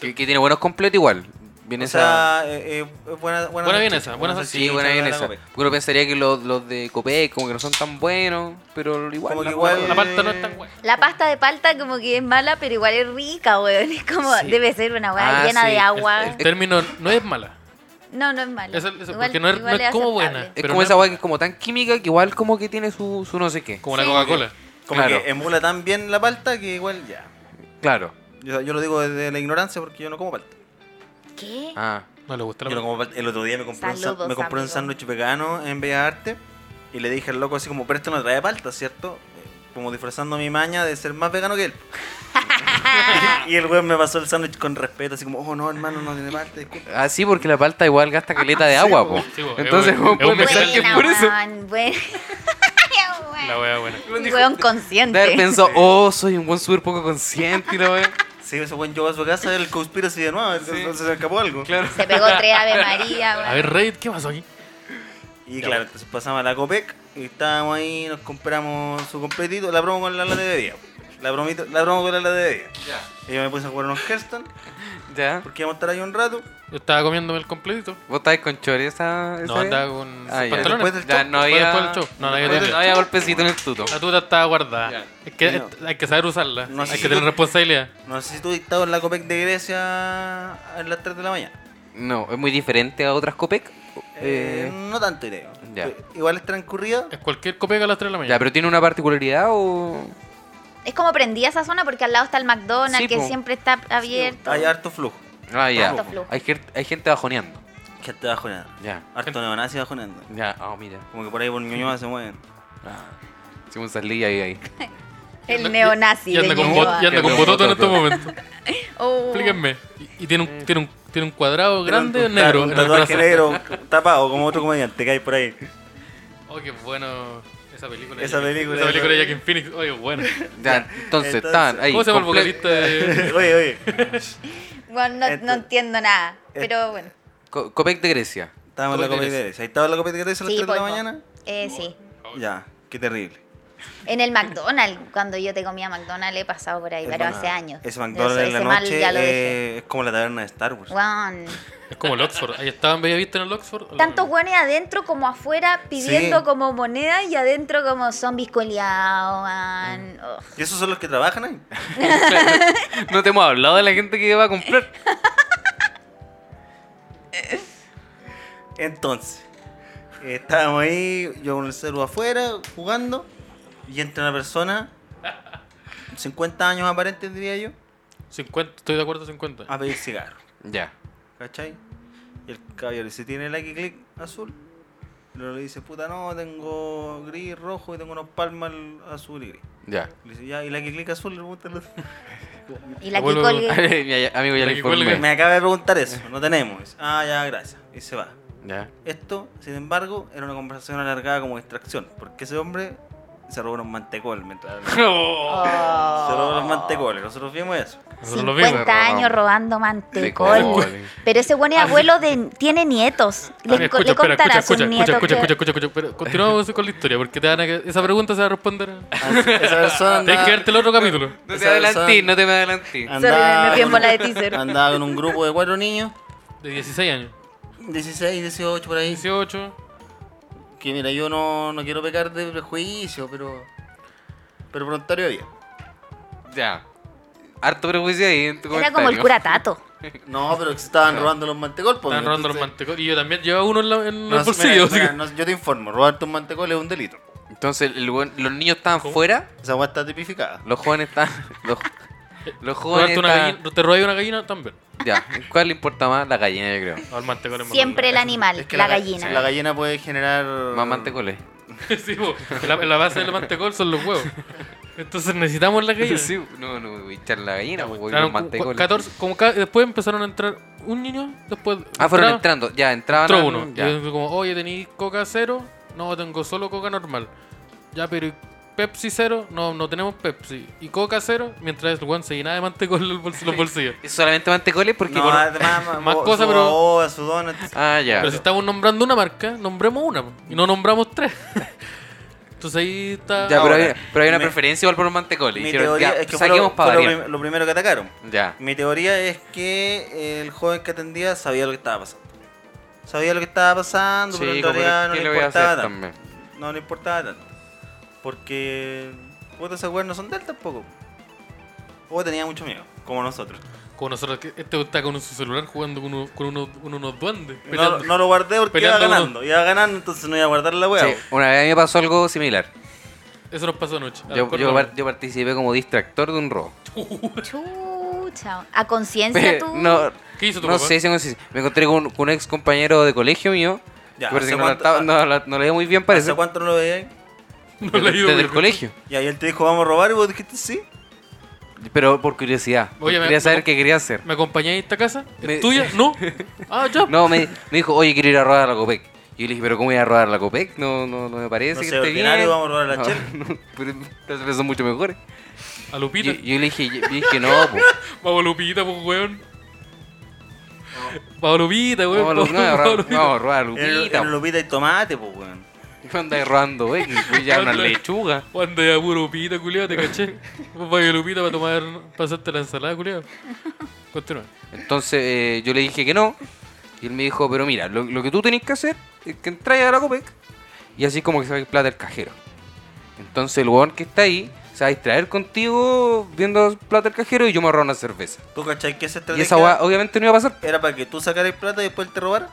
Que, que tiene buenos completos igual. Viene O esa. sea, eh, eh, buena, buena, Buena bien noche. esa, buena noche, esa. Sí, buena muchas bien gracias esa. a la Copa. Uno pensaría que los, los de Copec como que no son tan buenos, pero igual. Como la- que igual- La parte no es tan buena. La pasta de palta como que es mala, pero igual es rica, weón. Es como, Sí. debe ser una weá Ah, llena sí. de agua. El, el término no es mala. No, no es mala. Es el- es- Igual- porque no es- igual no es como aceptable. buena. Es Pero como no- esa agua que es como tan química que igual como que tiene su, su no sé qué. Como Sí. la Coca-cola. Como Claro. que emula tan bien la palta que igual ya. Claro. Yo, yo lo digo desde la ignorancia porque yo no como palta. ¿Qué? Ah. No le gusta la Yo no palta. como palta. El otro día me compré, un, Saludos, sa- me compré un amigo. sándwich vegano en Bellas Artes y le dije al loco así como, pero esto no trae palta, ¿cierto? Eh, Como disfrazando mi maña de ser más vegano que él. y el weón me pasó el sándwich con respeto, así como, oh no, hermano, no tiene palta, disculpa. Ah, sí, porque la palta igual gasta caleta de agua, po. Sí, po. Entonces, Es vos un- es un puedes pensar que es Buena, por eso. weón, buena. La wea buena. Weón De haber consciente. pensado, oh, soy un buen súper poco consciente y la wea. Sí, ese weón llegó a su casa, el conspiracy de nuevo, entonces se escapó algo. Claro. Se pegó tres Ave María, A weón. ver, Reddit, ¿qué pasó aquí? Y claro, entonces pasamos a la Copec y estábamos ahí, nos compramos su completito, la promo con la lata de bebida. La, promito, la promo con la lata de bebida. Y yo me puse a jugar unos Hearthstone Ya. porque íbamos a estar ahí un rato. Yo estaba comiéndome el completito. ¿Vos estabas con chori esa, esa No, vez? andaba con Ah, ya. sus pantalones. Después del Ya, show. no Después- había... después del show. No, no había Ah. Después- tuto. no había golpecito en el tuto. La tuta estaba guardada. Ya. Es que No. es- hay que saber usarla. No sé hay si- que tener responsabilidad. No sé si tú dictabas en la Copec de Grecia a las 3 de la mañana. No, es muy diferente a otras Copec. Eh, Eh, no tanto, creo. ya. Pe- Igual es transcurrida. Es cualquier copia a las 3 de la mañana. Ya, pero ¿tiene una particularidad o...? Es como prendía esa zona porque al lado está el McDonald's Sí, que po. siempre está abierto. Hay harto flujo. Ah, ya. Harto flujo. Hay, gente- hay gente bajoneando. Que está bajoneando. Ya. Harto neonazi bajoneando. Ya, ah, mira. Como que por ahí por Ñuñoa se mueven. Hicimos salida ahí, ahí. el neonazi. Y anda de con, Ñuñoa. bot- y anda Qué con bototo en bototo. estos momentos. Oh. Explíquenme. Y, y tiene, un, tiene, un, tiene un cuadrado grande Un ta- negro Un en el tatuaje brazo. negro tapado, como otro comediante que hay por ahí. Oh, qué bueno. Esa película. de Esa Jack- película. Esa película de Jack Phoenix. Oye, bueno. Ya, entonces, Entonces, estaban ahí. ¿Cómo se llama el comple- vocalista de.? Oye, oye. Bueno, no, no Esto- entiendo nada, pero bueno. Co- Copec de Grecia. Estábamos en la Copetes. copetera. Ahí estaba en la copetera a las 3 de po, la po. mañana. Eh, sí. Ya, qué terrible. En el McDonald's, cuando yo te comía McDonald's, he pasado por ahí, pero hace años. Ese Ese- McDonald's en la ese mal noche ya lo dejé. eh, es como la taberna de Star Wars. Weón. Es como el Oxford. Ahí estaba en Bellavista en el Oxford. Tantos hueones adentro como afuera pidiendo Sí. como moneda y adentro como zombies coleados, weón. Mm. Ugh. ¿Y esos son los que trabajan ahí? No te hemos hablado de la gente que va a comprar. Entonces, eh, estábamos ahí, yo con el celu afuera, jugando, y entra una persona, 50 años aparentes diría yo, 50, estoy de acuerdo, 50. a pedir cigarro. Ya. ¿Cachai? Y el caballero dice, ¿tiene like y click azul? Pero le dice, puta no, tengo gris, rojo y tengo unos palmas azul y gris. Ya. Le dice, ya, y like y click azul, le pregunta el otro. Y la que Vuelvo- colgué. Mi amigo ya La le que cuelga. informé. Me acaba de preguntar eso, no tenemos. Dice, ah, ya, gracias. Y se va. Ya. Esto, sin embargo, era una conversación alargada como distracción, porque ese hombre se robó unos mantecoles mientras hablaba. Se robó los mantecoles, nosotros vimos eso. Nosotros lo vimos. 50 años robando mantecol. Mantecoles. Pero ese buen abuelo de- tiene nietos. Ah, mira, Le, co- le contará a sus nietos. escucha, escucha, que- escucha, escucha, escucha, pero continuamos con la historia, porque te van a que- esa pregunta se va a responder. Así- Esa persona Tienes andaba, que verte el otro capítulo. No te Esa adelantí, persona- no te me adelantí. Ah. andaba Sorry, me fui en con- bola de teaser. andaba con un grupo de cuatro niños, De 16 años. 16, 18 por ahí. 18. Que mira, yo no, no quiero pecar de prejuicio, pero. Pero voluntario había. Ya. Harto prejuicio ahí en tu Era como el comentario. cura Tato. No, pero que se estaban robando los mantecoles. pues, Estaban robando los entonces- mantecoles. Y yo también llevaba uno en, la- en No, el bolsillo. mira, así que- mira, no, yo te informo, robarte un mantecol es un delito. Entonces, el buen- los niños estaban fuera, Esa weá está tipificada. los jóvenes estaban. Los, los jóvenes Robarte una estaban. gallina, te robé una gallina también. Ya. ¿Cuál le importa más? La gallina, yo creo. No, el mantecol es más Siempre el animal, Es que la, ga- gallina. La gallina puede generar. Más mantecoles. grande. sí, po. la, la base del mantecol son los huevos. Entonces necesitamos la gallina. Sí, no, no, voy a echar la gallina, pues, voy a los Entraron mantecoles. como 14, como ca- después empezaron a entrar un niño, después Ah, fueron entraron- entrando, ya, entraban. entró al- uno. ya. Y yo como, oye, ¿tenéis coca cero? No, tengo solo coca normal. Ya, pero ¿y Pepsi cero? No, no tenemos Pepsi. ¿Y coca cero? Mientras el weón se llenaba de mantecol los, bols- los bolsillos. ¿Es solamente mantecoles? Porque. No, por- además, ma- más bo- cosas, su pero- boba, su donut. Ah, ya. Pero si estamos nombrando una marca, nombremos una. po. Y no nombramos tres. Entonces ahí está... Ya, pero, Ahora, hay, pero hay una mi- preferencia igual por los mantecoles. Mi Dijeron, teoría ya, es que fue saquemos lo, para fue lo variar. prim- lo primero que atacaron. Ya. Mi teoría es que el joven que atendía sabía lo que estaba pasando. Sabía lo que estaba pasando, pero en como, realidad no ¿qué le voy a importaba hacer tanto. también? No le importaba tanto. Porque. Puta, esas weas no son de él tampoco. O tenía mucho miedo, como nosotros. Como nosotros, que este está con su celular jugando con, uno- con unos, con unos duendes. No, peleando. no lo guardé porque iba Peleando con- ganando. Iba ganando, entonces no iba a guardar la wea. Sí, una vez a mí me pasó algo similar. Eso nos pasó anoche. Yo, Alcohol yo no. par- yo participé como distractor de un robo. Chucha. A conciencia tú. no ¿Qué hizo tu no papá? sé si no sé si- me encontré con, con un ex compañero de colegio mío. Ya, que parece ¿hace que no, la cuánto- estaba- no la- no le iba muy bien, parece. ¿Hace cuánto no lo veía ahí? No desde, le ayudo, desde el porque- colegio. Y ahí él te dijo, vamos a robar, y vos dijiste sí. Pero por curiosidad. porque Oye, me- quería saber me- qué quería hacer. ¿Me acompañáis a esta casa? ¿Es Me- tuya? ¿No? Ah, ya. No, me, me dijo, oye, quiero ir a rodar a la Copec. Y yo le dije, pero ¿cómo voy a rodar a la Copec? No, no, no me parece No que sé, esté bien. ordinario, vamos a robar a la No, Shell. no, pero estas veces son mucho mejores. A Yo, Lupita. yo le dije, yo, yo dije, no, po. Vamos a Lupita, pues, weón. Vamos a Lupita, weón. Vamos a Lu- no, a Vamos robar- a Lupita. vamos a robar a En el- Lupita. en el Lupita y tomate, pues, weón. po. Yo andaba robando, güey, fui ya una lechuga. Juan de ya, puro Lupita, culiado, te caché. Vos vas a Lupita para tomar, para hacerte la ensalada, culiado. Continúa. Entonces eh, yo le dije que no. Y él me dijo, pero mira, lo, lo que tú tenés que hacer es que entráis a la Copec y así como que sacáis plata del cajero. Entonces el weón que está ahí se va a distraer contigo viendo plata del cajero y yo me robo una cerveza. ¿Tú cachai que Y esa estrategia esa weá oh. obviamente no iba a pasar. era para que tú sacaras plata y después él te robara?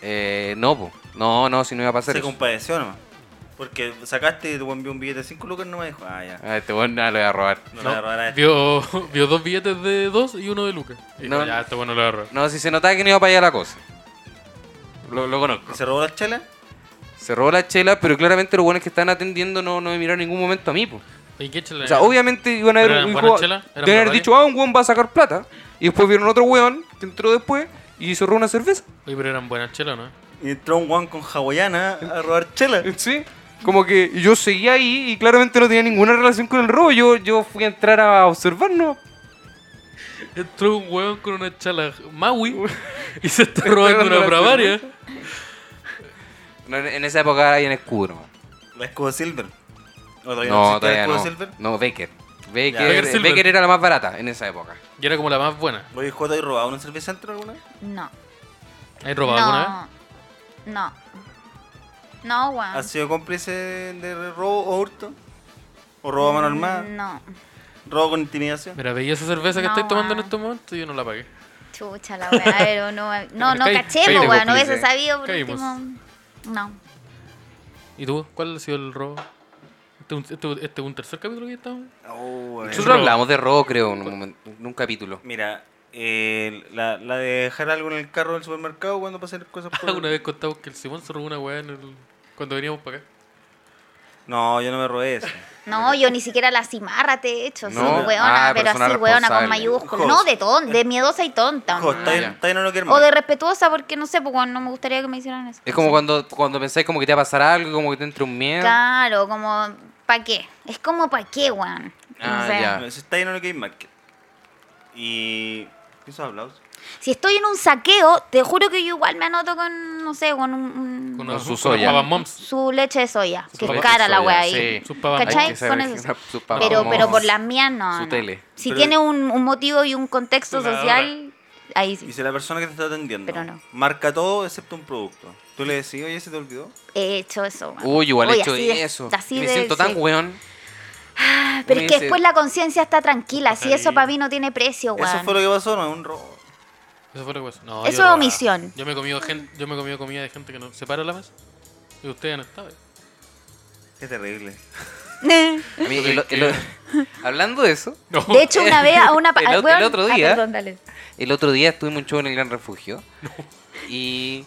Eh, no, po. no, no, si no iba a pasar. Se eso. compadeció nomás. Porque sacaste y te envió un billete de 5 lucas no me dijo, ah, ya, Ah, este weón nada, lo voy a robar. no, le voy a robar a este. Vio, vio dos billetes de dos y uno de Lucas. Y No. no, ya, este bueno lo agarró. No, si se notaba que no iba para allá la cosa. Lo, lo conozco. ¿Y se robó las chelas? Se robó la chela, pero claramente los buenos que estaban atendiendo no, no me miraron en ningún momento a mí, po. ¿Y qué chela? O sea, obviamente iban a haber ¿Pero eran un buenas juego- chelas? ¿Eran deben haber barbarie? dicho, ah, un weón va a sacar plata. Y después vieron otro weón que entró después y se robó una cerveza. Oye, pero eran buenas chelas, ¿no? Y entró un guan con hawaiana a robar chelas. Sí. Como que yo seguía ahí y claramente no tenía ninguna relación con el robo. Yo, yo fui a entrar a observar, ¿no? Entró un huevón con una chala Maui y se está robando robando una la bravaria. No, en- en esa época hay en escudo. nomás. La escudo silver. ¿O todavía No, existe todavía el escudo no. silver? No, Baker. Baker, Ya. Baker Silver. Baker era la más barata en esa época. Y era como la más buena. Oye, Jota, ¿has robado en un servicentro alguna vez? No. ¿Has robado no. alguna No. No, weón. ¿Has sido cómplice de robo o hurto? ¿O robo a mano armada? No. Mm. ¿Robo con vez? intimidación? Mira, veía esa cerveza que No, estáis tomando en weón. estos momentos y yo no la pagué. Chucha la weá, a ver, no, no, no Caí- caché, caímos, po, weón, no Lice. hubiese sabido por Caímos. último. No. ¿Y tú? ¿Cuál ha sido el robo? ¿Este es un- este- este es un tercer capítulo que estamos? Oh, eh. Nosotros robo. hablamos de robo, creo, en un, momento- en un capítulo. Mira, eh, la, la de dejar algo en el carro del supermercado cuando pasan cosas por... Alguna vez contamos que el Simón se robó una weá en el... cuando veníamos para acá. No, yo no me robé eso. No, yo ni siquiera la cimarra te he hecho, No. soy weona, Ah, pero persona así weona con responsable. mayúsculas. Jos. No, de ton, de miedosa y tonta. Ojo, ¿no? está ya. en- está en lo que O hermano. de respetuosa, porque no sé, pues weón, no me gustaría que me hicieran eso. Es como cuando, cuando pensáis como que te va a pasar algo, como que te entra un miedo. Claro, como, ¿pa' qué? Es como, ¿pa' qué, weón? No Ah, sé. ya. Eso está en lo que hay market. Y... ¿Qué esos hablados? Si estoy en un saqueo, te juro que yo igual me anoto con, no sé, con un- un, Con Con unos- su con soya. unos papamoms. su leche de soya, que papas es de cara la soya, weá sí. ahí. Sus papas. Hay ¿Cachai? que saber Con que eso. una- sus papas Pero, como pero por las mías no. su no. tele. Si Pero- tiene un, un motivo y un contexto Una social, ahí Y sí. si la persona que te está atendiendo Pero no. marca todo excepto un producto. Tú le decís, oye, ¿se te olvidó? He hecho eso. weón. Uy, igual Uy, he hecho así de- eso. así Me de- siento tan sí. weón. Ah, Pero es que Ese- después la conciencia está tranquila. Si eso para mí no tiene precio, weón. Eso fue lo que pasó, no es un robo. Eso fue lo que pasó. No, Eso yo es robaba. omisión. Yo me he comido, gen- yo me he comido comida de gente que no se para la mesa. Y ustedes no estaban. Qué terrible. A mí, el- el- hablando de eso, No. De hecho, una vez a una... pa- El ah, o- el weón- otro ah, día- perdón, dale. el otro día estuve un show en el Gran Refugio. Y.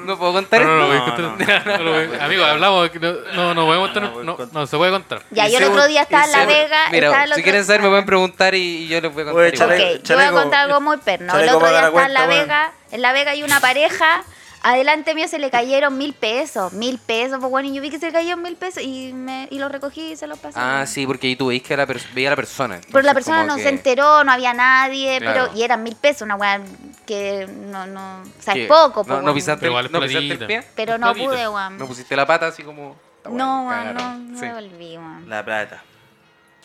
¿No puedo contar No, no, no, esto? voy a No, contar- no, lo voy- Amigo, hablamos. que No, no, no podemos tener- No, voy a No, contar. no, se puede contar. Ya, yo el Ese otro un- día estaba en La ese- Vega. estaba el Mira, si otro- quieren saber, me pueden preguntar y, y yo les voy a contar. Oye, igual. chale- Ok, yo voy a chaleco- contar algo muy perno. El chaleco otro día para estaba en La cuenta, weón. Vega. En La Vega hay una pareja. Adelante mío se le cayeron mil pesos. Mil pesos, pues bueno. Y yo vi que se le cayeron mil pesos y, me, y los recogí y se los pasé. Ah, sí, porque ahí tú veis que la pers- veía a la persona. Pero la entonces persona como no que- se enteró, no había nadie, Claro. pero y eran mil pesos, una weá que no, no, o sea, que es poco, po, No, no weón. pisaste, Pero igual es no pisaste el platita. pie, pero no clarito. pude, weón. no pusiste la pata así como. esta weá, No, weón, no, cagaron. no Sí. devolví, weón. La plata.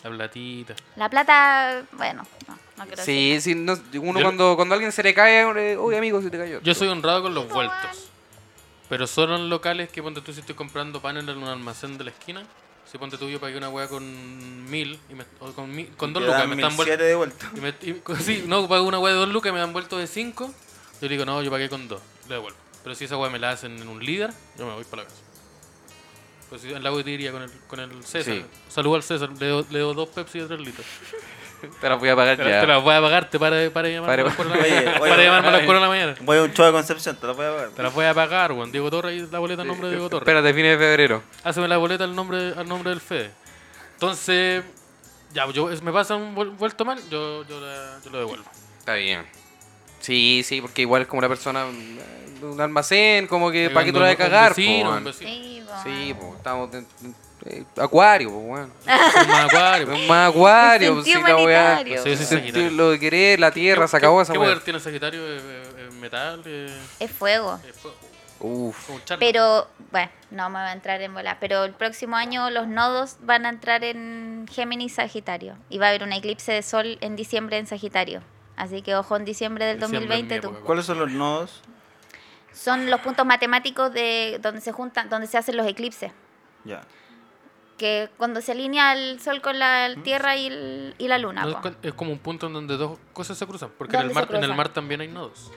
La platita. La plata, bueno, no, no quiero decir. Sí, sí, no- uno Yo- cuando, cuando alguien se le cae, eh, oye amigo, se te cayó. Yo soy honrado con los vueltos. Pero solo en locales que ponte tú si estoy comprando pan en un almacén de la esquina. Si ponte tú yo pagué una hueá con mil, y me- o con, mil- con dos Te lucas, dan me están 1007 vuelto. de vuelta. Y me, y- sí, no, pago una hueá de dos lucas y me dan vuelto de cinco. Yo le digo, no, yo pagué con dos, le devuelvo. Pero si esa hueá me la hacen en un líder, yo me voy para la casa. Pues si en la iría con el, con el César. Sí. Saludo al César, le doy dos Pepsi y tres litros. Te la voy a pagar Te, ya. la- te las voy a pagar, te para de, para de llamarme Para- a las cuatro de la Oye, mañana. oye, Para de llamarme a las oye. cuatro de la mañana. Voy a un show de Concepción, te la voy a pagar. Te las voy a pagar, Juan. Diego Torres y la boleta en nombre de Diego Torres. Espérate, fines de febrero. Háceme la boleta al nombre, al nombre del Fede. Entonces, ya, yo, es- me pasa un vuel- vuelto mal, yo, yo, la- yo lo devuelvo. Está bien. Sí, sí, porque igual es como una persona, eh, de un almacén, como que para que tú la de de cagar. po, Sí, weón. Sí, po, sí, weón. po, estamos en- en- eh, acuario, po, weón. Es más Ah. El acuario, pues, si sentido la weá. humanitario. Sí, sí, Sentí Sagitario. lo de querer, la tierra, se acabó esa ¿Qué weá. poder tiene Sagitario? Eh, eh, eh, metal, eh, Es fuego. eh, fuego, Uf. como Charlie. Pero, bueno, no me va a entrar en bola. Pero el próximo año los nodos van a entrar en Géminis Sagitario. Y va a haber un eclipse de sol en diciembre en Sagitario. Así que ojo en diciembre del Diciembre es mi 2020 tú. época. ¿Cuáles son los nodos? Son los puntos matemáticos de donde se juntan, donde se hacen los eclipses. Ya. Que cuando se alinea el sol con la tierra y, el- y la luna. Mm. No, es, po. cu- es como un punto en donde dos cosas se cruzan. Porque en ¿Dónde se el, mar, en el cruzan? mar también hay nodos.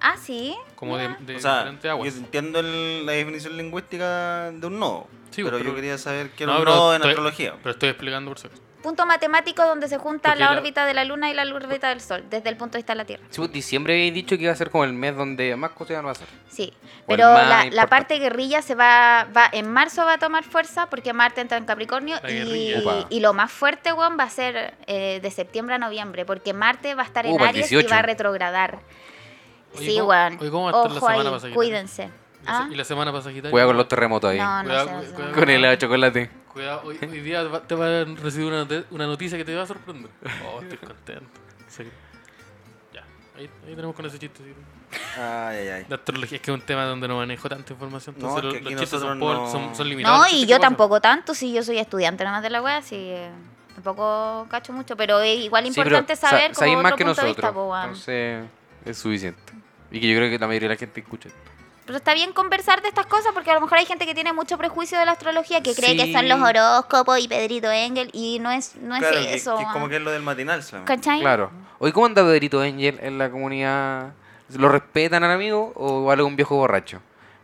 Ah, sí. Como de, Mira. de o sea, diferentes aguas. yo entiendo el- la definición lingüística de un nodo. Sí, pero, pero- yo quería saber qué era No, un pero nodo en estoy- astrología. Pero estoy explicando por si acaso. Punto matemático donde se junta Porque la la- órbita de la luna y la órbita del sol, desde el punto de vista de la tierra. Sí, pues, diciembre habéis dicho que iba a ser como el mes donde más cosas van a hacer. Sí, O el pero más la, la importante. parte guerrilla se va, va en marzo va a tomar fuerza porque Marte entra en Capricornio La y, guerrilla. Upa. y lo más fuerte, weón, va a ser eh, de septiembre a noviembre porque Marte va a estar en Upa, el Aries y 18. va a retrogradar. Oye, sí, ¿cómo- weón. oye, cómo va a estar la Ojo semana ahí, para Sagitario? cuídense. Y la se- ¿Ah? Y la semana pasa Sagitario. Juega con los terremotos ahí. No, no Cuidado, sé, no sé. cuidado. Con el helado de chocolate. Cuidado, hoy, hoy día va- te va a recibir una, note- una noticia que te va a sorprender. Oh, estoy contento. Sí. Ya, ahí, ahí tenemos con ese chiste. sí. Ay, ay, ay. La astrología es que es un tema donde no manejo tanta información. No, Entonces es que los, aquí los chistes son, nosotros por- no- son, son limitados. No, los y chistes yo que pasan. tampoco tanto, si yo soy estudiante nada más de la wea, así eh, tampoco cacho mucho, pero es igual Sí, pero importante sa- saber como sabéis otro más que punto de nosotros. vista, po, weón. entonces, es suficiente. Y que yo creo que la mayoría de la gente escucha. Pero está bien conversar de estas cosas porque a lo mejor hay gente que tiene mucho prejuicio de la astrología, que cree que son Sí. los horóscopos y Pedrito Engel, y no es, no es Claro, que- eso. que es weón. como que es lo del matinal, solamente. ¿Cachai? Claro. Hoy, ¿cómo anda Pedrito Angel en la comunidad? ¿Lo respetan al amigo o igual es un viejo borracho?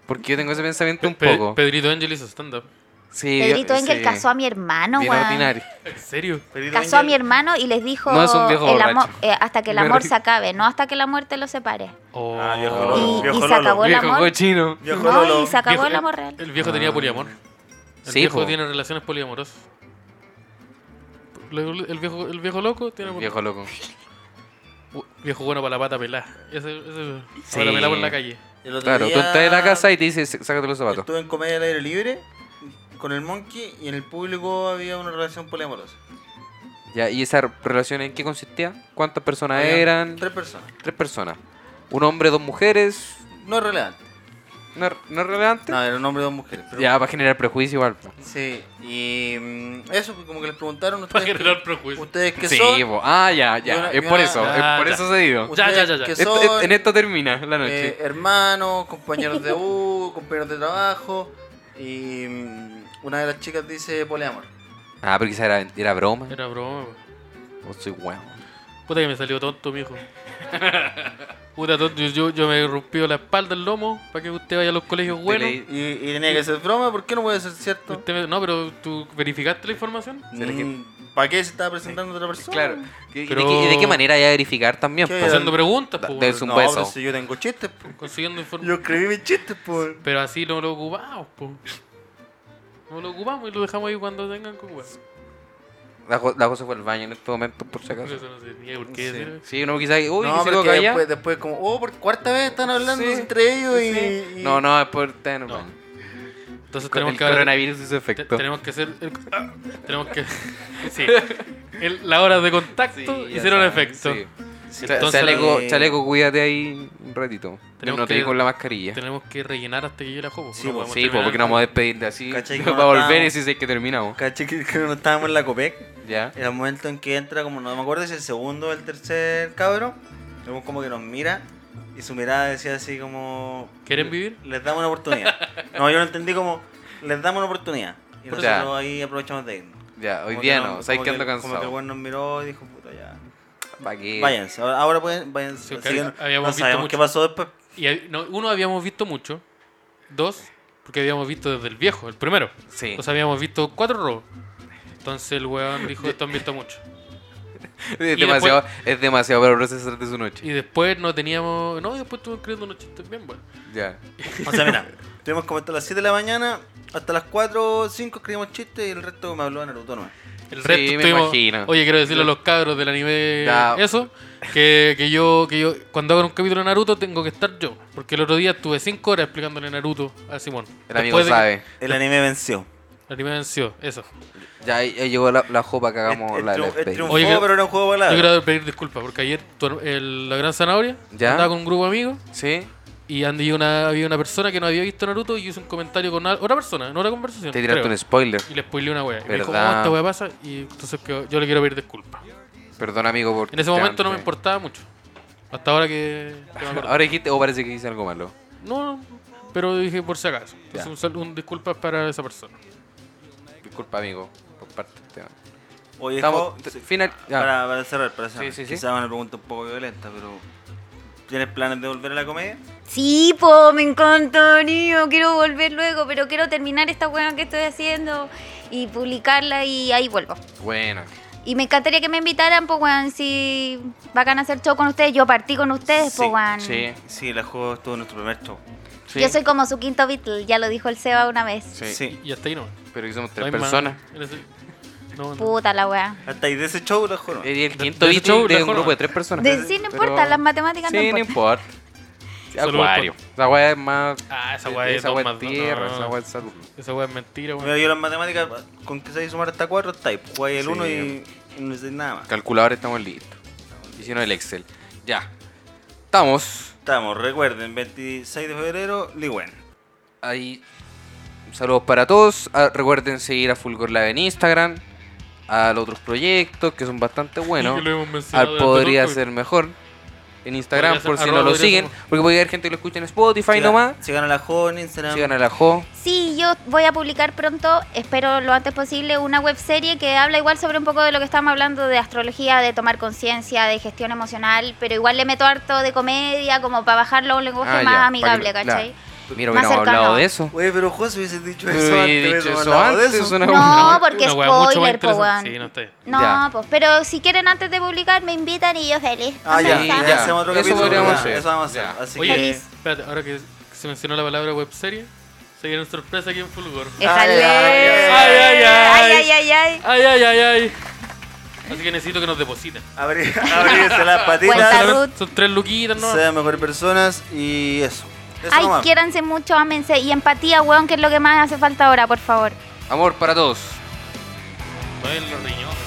Porque yo tengo ese pensamiento un Pe- poco. Pedrito Angel hizo stand-up. Sí, Pedrito Engel sí. casó a mi hermano, Bien weón. ordinario. ¿En serio? Pedrito Casó a mi Angel- hermano y les dijo No es un viejo el borracho. amor, eh, hasta que el Me amor reí. se acabe, no hasta que la muerte los separe. Oh. Ah, viejo Oh. Lolo. Y, Viejo y se Lolo. acabó el Viejo amor. cochino. Viejo No, Lolo. y se acabó Viejo- el amor real. El viejo tenía poliamor. El Sí, viejo po. tiene relaciones poliamorosas. Le- El viejo, el viejo loco tiene El Viejo loco. Bu- viejo bueno para la pata pelada. Ese, ese Sí. para la pelada por la calle. El otro Claro, tú día entras en la casa y te dices, sácate los zapatos. Estuve en comedia al aire libre con el Monkey y en el público había una relación poliamorosa. Ya, ¿Y esa relación en qué consistía? ¿Cuántas personas Habían eran? Tres personas. Tres personas. Un hombre, dos mujeres. No es relevante. ¿No, es- no es relevante? No, era un hombre y dos mujeres. pero- ya, va a generar prejuicio igual. po. Sí, y mm, eso, como que les preguntaron Para ustedes, generar prejuicio. ustedes qué Sí, son. po. Ah, ya, Y ya. una- Es y por una- eso. Ah, es por ya. eso se dio. Ya, ya, ya, ya. ¿Qué Esto- son? es- en esto termina la noche. eh, hermanos, compañeros de U, compañeros de trabajo. Y mm, una de las chicas dice poliamor. Ah, pero quizás era, era broma. Era broma. po. O soy huevo. Puta que me salió tonto, mijo. Puta tonto. Yo, yo, yo me rompió la espalda, el lomo, para que usted vaya a los colegios buenos. leí. Y, y tenía que ser broma, ¿por qué no puede ser cierto? Usted me- no, pero tú verificaste la información. Se le- Mm, ¿Para qué se estaba presentando otra persona? Claro. ¿Y, de Pero- qué, y de qué manera hay a verificar también? Pues, ¿Qué po? era? Haciendo preguntas, Da- po, de weón. su- un no, beso. pero si yo tengo chistes, po. consiguiendo yo información. escribí mis chistes, por. Pero así no lo ocupamos, po. No lo ocupamos y lo dejamos ahí cuando tengan con weón. La, Jo- la José fue al baño en este momento, por si acaso. Eso no sé ni por qué Sí. decir. Sí, no, quizás. Uy, no, se pero lo que calla. después, después como, oh, por cuarta vez están hablando Sí, entre ellos y- Sí. y, No, no, es por estar en el No, baño. Entonces tenemos El que hablar- coronavirus y su Te- efecto. tenemos que hacer. el- ah, tenemos que. sí. El- la hora de contacto Sí, ya hicieron saben, efecto. sí. Cha- Entonces, chaleco, eh, chaleco, cuídate ahí un ratito. Yo Tenemos no te que- di con la mascarilla. Tenemos que rellenar hasta que yo la juego. Sí, po, podemos Sí, pues, terminar porque no vamos a despedir de así. Cachai que Va no a volver y estábamos. si es que terminamos. Caché que cuando estábamos en la COPEC, Ya. en el momento en que entra, como no me acuerdo si el segundo o el tercer cabro, vemos como que nos mira y su mirada decía así como... ¿Quieren vivir? Les damos una oportunidad. no, yo lo entendí como, les damos una oportunidad. Y Puta. nosotros ahí aprovechamos de irnos. Ya, hoy Como día que no. ¿Sabes como que ando Como que el cansado? weón nos miró y dijo, puta, ya. Pa' que- Váyanse, ahora, ahora pueden, váyanse. Sí, ok, Así que no- habíamos no visto sabemos mucho. qué pasó después. Y hab- no, uno, habíamos visto mucho. Dos, porque habíamos visto desde el viejo, el primero. Sí. Entonces habíamos visto cuatro robos. Entonces el weón dijo: Esto han visto mucho. Es y demasiado, es demasiado para procesar de su noche. Y después no teníamos. No, y después estuvimos creando unos chistes bien buenos. Ya. O sea, mira, tuvimos como hasta las 7 de la mañana, hasta las 4 o 5 escribimos chistes y el resto me habló de Naruto nomás. El Sí, resto me estuvimos- imagino. Oye, quiero decirle a los cabros del anime Ya. eso, que, que yo que yo cuando hago un capítulo de Naruto tengo que estar yo, porque el otro día estuve 5 horas explicándole Naruto a Simón. El amigo Después de que sabe. El anime venció. El anime venció, eso. Ya ahí- ahí llegó la, la jopa que hagamos Es- la, es la triun- es despedida. triunfó, Oye, que- pero era un juego de Yo palabras. quiero pedir disculpas porque ayer tu her- el- la gran zanahoria Ya. andaba con un grupo de amigos ¿Sí? y and- y una, había una persona que no había visto Naruto y hizo un comentario con una- otra persona en otra conversación. Te tiraste creo. un spoiler. y le spoileé una wea. Y me dijo, ¿Verdad? ¿cómo esta wea pasa? Y entonces que yo le quiero pedir disculpas. Perdón, amigo, por. En ese momento no me antes. importaba mucho. Hasta ahora que, que me acordé. Ahora dijiste, o parece que hice algo malo. No, pero dije por si acaso. Ya. Es un, sal- un disculpa para esa persona. Disculpa, amigo, por parte del tema. Oye, Estamos. Jo, t- sí, Final. ya. para, para cerrar, para cerrar. Sí, sí, sí. Quizás una pregunta un poco violenta, pero. ¿Tienes planes de volver a la comedia? Sí, po, me encantaría, quiero volver luego, pero quiero terminar esta weá que estoy haciendo y publicarla y ahí vuelvo. Bueno. Y me encantaría que me invitaran, pues, weón, si van a hacer show con ustedes, yo partí con ustedes, Sí, pues, weón. Sí. Sí, la juego estuvo en nuestro primer show. sí. Yo soy como su quinto Beatle, ya lo dijo el Seba una vez. Sí. Sí. Y hasta ahí no. Pero que somos No tres hay más. personas. Eres el- No, no. Puta la weá. Hasta ahí de ese show la juego. Eh, Y el De- quinto de ese show, bicho de un mejor, grupo de ¿no? tres personas. De- sí, no importa, las matemáticas no sí, importan. Sí, Solo Acuario. Esa weá es más. eh, Ah, esa weá es Esa dos weá más es dos. tierra, No, esa no. weá es Saturno. Esa weá es mentira, weón. Mira, yo las matemáticas, con que sabéis sumar hasta 4, está ahí. Jugáis el Sí. 1 y, y no decís nada más. Calculador, estamos listos. Y si no, el Excel. Ya. Estamos. Estamos, recuerden, 26 de febrero, Ligüen. Ahí. Saludos para todos. Ah, recuerden seguir a Fulgor Live en Instagram. A los otros proyectos que son bastante buenos. que lo hemos mencionado Al durante todo podría el ser mejor. En Instagram, Podría ser por si no arroba lo podría ser siguen. Porque puede haber gente que lo escucha en Spotify nomás. Sigan a la Jo en Instagram. Sigan a la Jo. Sí, yo voy a publicar pronto, espero lo antes posible, una webserie que habla igual sobre un poco de lo que estábamos hablando de astrología, de tomar conciencia, de gestión emocional, pero igual le meto harto de comedia como para bajarlo a un lenguaje Ah, más ya, pa' amigable, que lo- ¿cachai? Mira, Más hubiéramos hablado cercano. de eso. Oye, pero José hubiese dicho Yo eso he antes. dicho hubiésemos eso hablado de antes, eso. una No, buena- porque Una wea mucho más spoiler, po, interesante. weón. Sí, no está bien. No, Ya. pues, pero si quieren antes de publicar me invitan y yo feliz. Ah, ya, Sí, ya, ya. hacemos otro Eso capítulo. podríamos ya, hacer. Eso vamos a hacer. Ya. Así Oye, que. Feliz. espérate, ahora que se mencionó la palabra webserie, se viene sorpresa aquí en Fulgor. Ah, Déjale. Ay, ay, ay. ay, ay, ay. Ay, ay, ay, ay. Así que necesito que nos depositen. abrí- Abríguese las Cuenta patitas. Ruth. Son tres luquitas, ¿no? Sean mejores personas y eso. Eso Ay, nomás. quiéranse mucho, ámense y empatía, weón, que es lo que más hace falta ahora, por favor. Amor para todos. Mueven los riñones.